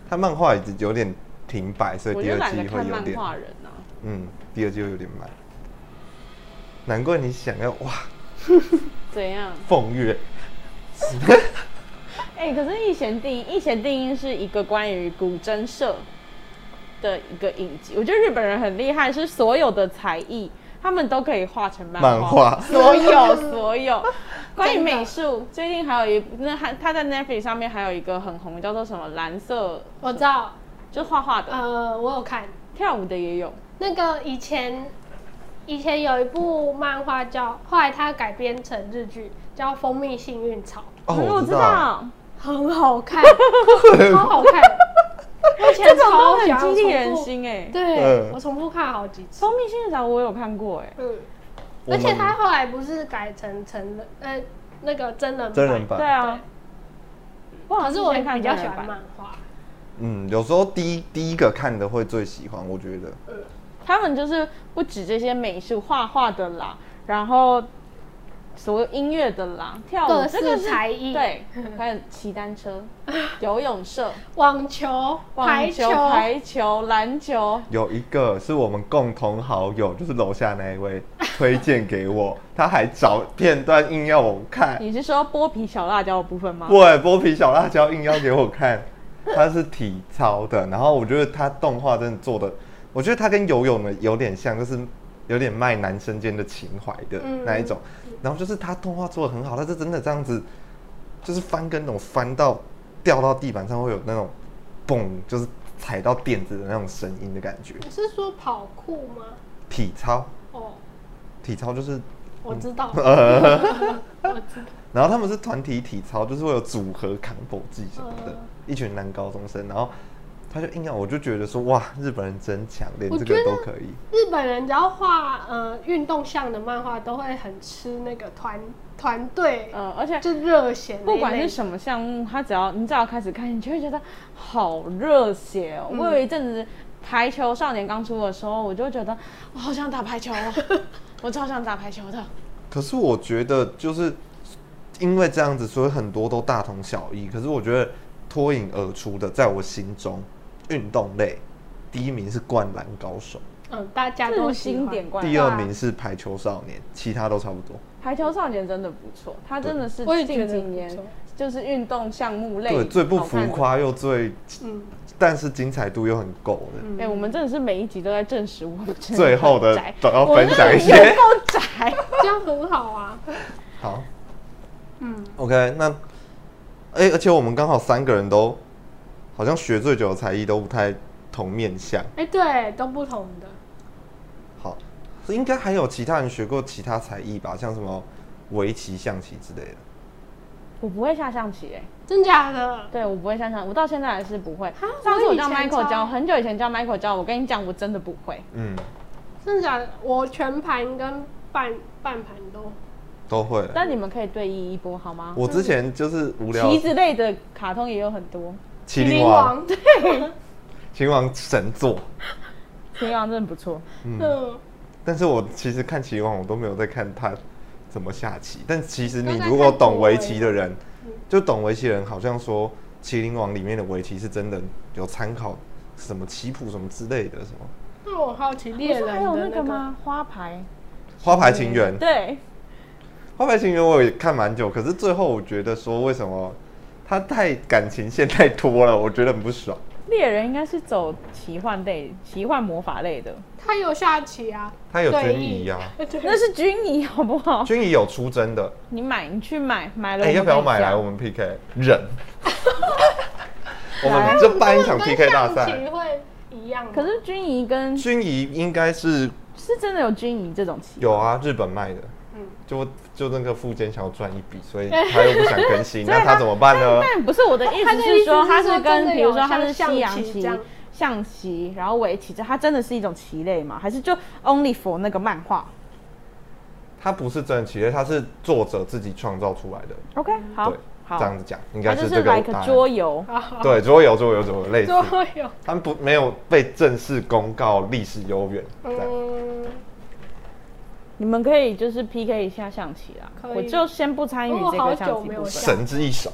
[SPEAKER 1] 他漫画已经有点停摆，所以
[SPEAKER 3] 我
[SPEAKER 1] 第
[SPEAKER 3] 就
[SPEAKER 1] 二
[SPEAKER 3] 懒得
[SPEAKER 1] 季会
[SPEAKER 3] 看
[SPEAKER 1] 有
[SPEAKER 3] 漫
[SPEAKER 1] 点，
[SPEAKER 3] 画人啊。
[SPEAKER 1] 嗯，第二季会有点慢。难怪你想要哇，
[SPEAKER 3] 怎样？
[SPEAKER 1] 凤月
[SPEAKER 3] 哎、可是《一弦定音》《一弦定音》是一个关于古筝社的一个影集。我觉得日本人很厉害，是所有的才艺他们都可以画成漫
[SPEAKER 1] 漫画
[SPEAKER 3] 所有所有。 关于
[SPEAKER 2] 真的
[SPEAKER 3] 美术，最近还有一那还他在 Netflix 上面还有一个很红，叫做什么蓝色，
[SPEAKER 2] 我知道，
[SPEAKER 3] 就画画的，
[SPEAKER 2] 呃，我有看
[SPEAKER 3] 跳舞的也有。
[SPEAKER 2] 那个以前。以前有一部漫画叫，后来它改编成日剧，叫《蜂蜜幸运草
[SPEAKER 1] 哦，
[SPEAKER 3] 嗯我
[SPEAKER 1] 知道，，》，
[SPEAKER 2] 很 好看，超好看。我以前
[SPEAKER 3] 这种
[SPEAKER 2] 超
[SPEAKER 3] 都
[SPEAKER 2] 想
[SPEAKER 3] 很激励
[SPEAKER 2] 重
[SPEAKER 3] 人
[SPEAKER 2] 复
[SPEAKER 3] 心哎、
[SPEAKER 2] 对，
[SPEAKER 1] 嗯
[SPEAKER 2] 我重复看好几次。
[SPEAKER 3] 蜂蜜幸运草我有看过哎、
[SPEAKER 2] 嗯，
[SPEAKER 1] 我
[SPEAKER 2] 而
[SPEAKER 1] 们
[SPEAKER 2] 且他后来不是改成成人呃那个真人
[SPEAKER 1] 真人
[SPEAKER 2] 版，
[SPEAKER 1] 版，
[SPEAKER 3] 对啊。我好
[SPEAKER 2] 可
[SPEAKER 3] 像
[SPEAKER 2] 是我
[SPEAKER 3] 之前看
[SPEAKER 2] 比较
[SPEAKER 3] 真
[SPEAKER 2] 喜
[SPEAKER 3] 人
[SPEAKER 2] 欢
[SPEAKER 3] 版
[SPEAKER 2] 漫画。
[SPEAKER 1] 嗯，有时候第一第一个看的会最喜欢，我觉得
[SPEAKER 3] 他们就是不止这些美术画画的啦，然后所有音乐的啦，跳
[SPEAKER 2] 各
[SPEAKER 3] 舞这个
[SPEAKER 2] 式
[SPEAKER 3] 是
[SPEAKER 2] 才艺
[SPEAKER 3] 对，还有骑单 车、游泳社、
[SPEAKER 2] 网球、
[SPEAKER 3] 网
[SPEAKER 2] 排
[SPEAKER 3] 球、
[SPEAKER 2] 球，
[SPEAKER 3] 排球、篮球，
[SPEAKER 1] 有一个是我们共同好友，就是楼下那一 位推荐给我，他还找片段硬要我看，
[SPEAKER 3] 你是说剥皮小辣椒的部分吗？
[SPEAKER 1] 对，剥皮小辣椒硬要给我看，它是体操的，然后我觉得它动画真的做的，我觉得它跟游泳的有点像，就是有点卖男生间的情怀的
[SPEAKER 2] 嗯
[SPEAKER 1] 那一种，然后就是它动画做的很好，它是真的这样子，就是翻跟斗翻到掉到地板上会有那种嘣，就是踩到垫子的那种声音的感觉。
[SPEAKER 2] 你是说跑酷吗？
[SPEAKER 1] 体操，
[SPEAKER 2] 哦，
[SPEAKER 1] 体操就是
[SPEAKER 2] 我知道，
[SPEAKER 1] 嗯呃
[SPEAKER 2] 我知道。
[SPEAKER 1] 然后他们是团体体操，就是会有组合扛簸技什么的，
[SPEAKER 2] 嗯
[SPEAKER 1] 一群男高中生，然后他就硬要，我就觉得说哇，日本人真强，连
[SPEAKER 2] 我
[SPEAKER 1] 这
[SPEAKER 2] 觉
[SPEAKER 1] 个
[SPEAKER 2] 得
[SPEAKER 1] 都可以。
[SPEAKER 2] 日本人只要画呃运动向的漫画，都会很吃那个团团队，
[SPEAKER 3] 嗯，而且
[SPEAKER 2] 就热血那一类。
[SPEAKER 3] 不管是什么项目，他只要你只要开始看，你就会觉得好热血哦。我有一阵子排球少年刚出的时候，我就觉得我好想打排球哦，我超想打排球的。
[SPEAKER 1] 可是我觉得就是因为这样子，所以很多都大同小异。可是我觉得脱颖而出的，在我心中，运动类第一名是灌篮高手，
[SPEAKER 2] 嗯，大家
[SPEAKER 3] 这
[SPEAKER 2] 都
[SPEAKER 3] 是
[SPEAKER 2] 喜
[SPEAKER 3] 经
[SPEAKER 2] 欢
[SPEAKER 3] 典冠军
[SPEAKER 1] 第二名是排球少年，其他都差不多。
[SPEAKER 3] 排球少年真的不错，他真的是
[SPEAKER 2] 我也觉
[SPEAKER 3] 近
[SPEAKER 2] 得
[SPEAKER 3] 几
[SPEAKER 2] 不
[SPEAKER 3] 年
[SPEAKER 2] 错
[SPEAKER 3] 就是运动项目类
[SPEAKER 1] 对，最不
[SPEAKER 3] 好
[SPEAKER 1] 浮
[SPEAKER 3] 看的。
[SPEAKER 1] 夸又最，
[SPEAKER 2] 嗯
[SPEAKER 1] 但是精彩度又很够的。
[SPEAKER 3] 哎、我们真的是每一集都在证实我们真的
[SPEAKER 1] 最后的
[SPEAKER 3] 很宅
[SPEAKER 1] 都要
[SPEAKER 3] 我
[SPEAKER 1] 分
[SPEAKER 3] 真
[SPEAKER 1] 享
[SPEAKER 3] 的
[SPEAKER 1] 一
[SPEAKER 3] 有
[SPEAKER 1] 些。
[SPEAKER 3] 够宅。
[SPEAKER 2] 这样很好啊。
[SPEAKER 1] 好
[SPEAKER 2] 嗯，
[SPEAKER 1] ，OK，那，哎、而且我们刚好三个人都好像学最久的才艺都不太同面向。
[SPEAKER 2] 哎、对，都不同的。
[SPEAKER 1] 好，应该还有其他人学过其他才艺吧，像什么围棋、象棋之类的。
[SPEAKER 3] 我不会下象棋哎、
[SPEAKER 2] 真假的？
[SPEAKER 3] 对我不会下象，我到现在还是不会。
[SPEAKER 2] 我
[SPEAKER 3] 上次我
[SPEAKER 2] 以
[SPEAKER 3] 叫
[SPEAKER 2] 前
[SPEAKER 3] Michael 教，
[SPEAKER 2] 超
[SPEAKER 3] 很久以前叫 Michael 教我，跟你讲，我真的不会。
[SPEAKER 1] 嗯，
[SPEAKER 2] 真的假的？我全盘跟半半盘都
[SPEAKER 1] 都会。
[SPEAKER 3] 但你们可以对一一波好吗？
[SPEAKER 1] 我之前就是无聊，
[SPEAKER 3] 棋子类的卡通也有很多，
[SPEAKER 1] 麒
[SPEAKER 2] 麒
[SPEAKER 1] 麟
[SPEAKER 2] 麟
[SPEAKER 1] 王，
[SPEAKER 2] 王，对，
[SPEAKER 1] 麒麟王神作。
[SPEAKER 3] 秦王真的不错。
[SPEAKER 2] 嗯，
[SPEAKER 1] 但是我其实看棋王，我都没有在看他怎么下棋。但其实你
[SPEAKER 2] 都在
[SPEAKER 1] 如果
[SPEAKER 2] 看啊
[SPEAKER 1] 懂
[SPEAKER 2] 国
[SPEAKER 1] 围
[SPEAKER 2] 围
[SPEAKER 1] 棋的人，就懂围棋的人，好像说《麒麟王》里面的围棋是真的有参考什么棋谱什么之类的，什么
[SPEAKER 2] 那我好奇
[SPEAKER 3] 不
[SPEAKER 2] 猎
[SPEAKER 3] 是
[SPEAKER 2] 人
[SPEAKER 3] 还有那
[SPEAKER 2] 的
[SPEAKER 3] 个？吗？花牌
[SPEAKER 1] 花牌情缘。
[SPEAKER 2] 嗯
[SPEAKER 3] 对，
[SPEAKER 1] 花牌情缘我也看蛮久，可是最后我觉得说为什么他太感情线太多了，我觉得很不爽。
[SPEAKER 3] 猎人应该是走奇幻类、奇幻魔法类的，
[SPEAKER 2] 他有下棋啊，
[SPEAKER 1] 他有
[SPEAKER 2] 对
[SPEAKER 1] 军仪啊，
[SPEAKER 3] 那是军仪好不好？
[SPEAKER 1] 军仪有出征的，
[SPEAKER 3] 你买，你去买，买了
[SPEAKER 1] 哎、
[SPEAKER 3] 我们
[SPEAKER 1] 要不要
[SPEAKER 3] 再
[SPEAKER 1] 买来
[SPEAKER 3] 讲
[SPEAKER 1] 我们 PK？忍， 我们就办一场 PK 大
[SPEAKER 2] 跟象
[SPEAKER 1] 赛。
[SPEAKER 2] 棋会一样吗，
[SPEAKER 3] 可是军仪跟
[SPEAKER 1] 军仪应该是
[SPEAKER 3] 是真的有军仪这种棋，
[SPEAKER 1] 有啊，日本卖的，
[SPEAKER 2] 嗯
[SPEAKER 1] 就就那个富坚想要赚一笔，所以他又不想更新，那他怎么办 呢？
[SPEAKER 3] 但不是我的意
[SPEAKER 2] 他的
[SPEAKER 3] 思
[SPEAKER 2] 意思
[SPEAKER 3] 是说
[SPEAKER 2] 是
[SPEAKER 3] 它
[SPEAKER 2] 说真
[SPEAKER 3] 是跟
[SPEAKER 2] 的
[SPEAKER 3] 比如
[SPEAKER 2] 有
[SPEAKER 3] 说它
[SPEAKER 2] 像
[SPEAKER 3] 是
[SPEAKER 2] 象
[SPEAKER 3] 西洋
[SPEAKER 2] 棋
[SPEAKER 3] 棋
[SPEAKER 2] 这样、
[SPEAKER 3] 象棋，然后围棋，这它真的是一种棋类吗？还是就 only for 那个漫画
[SPEAKER 1] 他不是真的企业，他是作者自己创造出来的。
[SPEAKER 3] ？OK，好
[SPEAKER 1] 对，
[SPEAKER 3] 好，
[SPEAKER 1] 这样子讲应
[SPEAKER 3] 它
[SPEAKER 1] 该
[SPEAKER 3] 就是
[SPEAKER 1] 这个答
[SPEAKER 3] like
[SPEAKER 1] 案。
[SPEAKER 3] 桌游，
[SPEAKER 2] 啊，
[SPEAKER 1] 对，桌游桌游桌游类似，
[SPEAKER 2] 都有，
[SPEAKER 1] 他们不没有被正式公告历史悠远。这样
[SPEAKER 2] 嗯，
[SPEAKER 3] 你们可以就是 PK 一下象棋啦。
[SPEAKER 2] 可以
[SPEAKER 3] 我就先不参与
[SPEAKER 2] 不过
[SPEAKER 3] 这
[SPEAKER 2] 好
[SPEAKER 3] 个
[SPEAKER 2] 久
[SPEAKER 3] 象棋
[SPEAKER 2] 没
[SPEAKER 3] 部
[SPEAKER 2] 有
[SPEAKER 3] 分。
[SPEAKER 2] 下
[SPEAKER 1] 神之一手，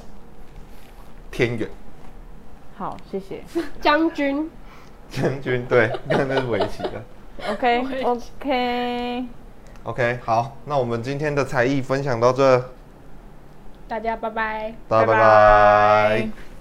[SPEAKER 1] 天远
[SPEAKER 3] 好，谢 谢。
[SPEAKER 2] 将军，
[SPEAKER 1] 将军，对，那那是围棋的。
[SPEAKER 3] OK OK，
[SPEAKER 1] OK，好，那我们今天的才艺分享到这，
[SPEAKER 2] 大家拜拜。
[SPEAKER 1] 大家拜
[SPEAKER 3] 拜拜
[SPEAKER 1] 拜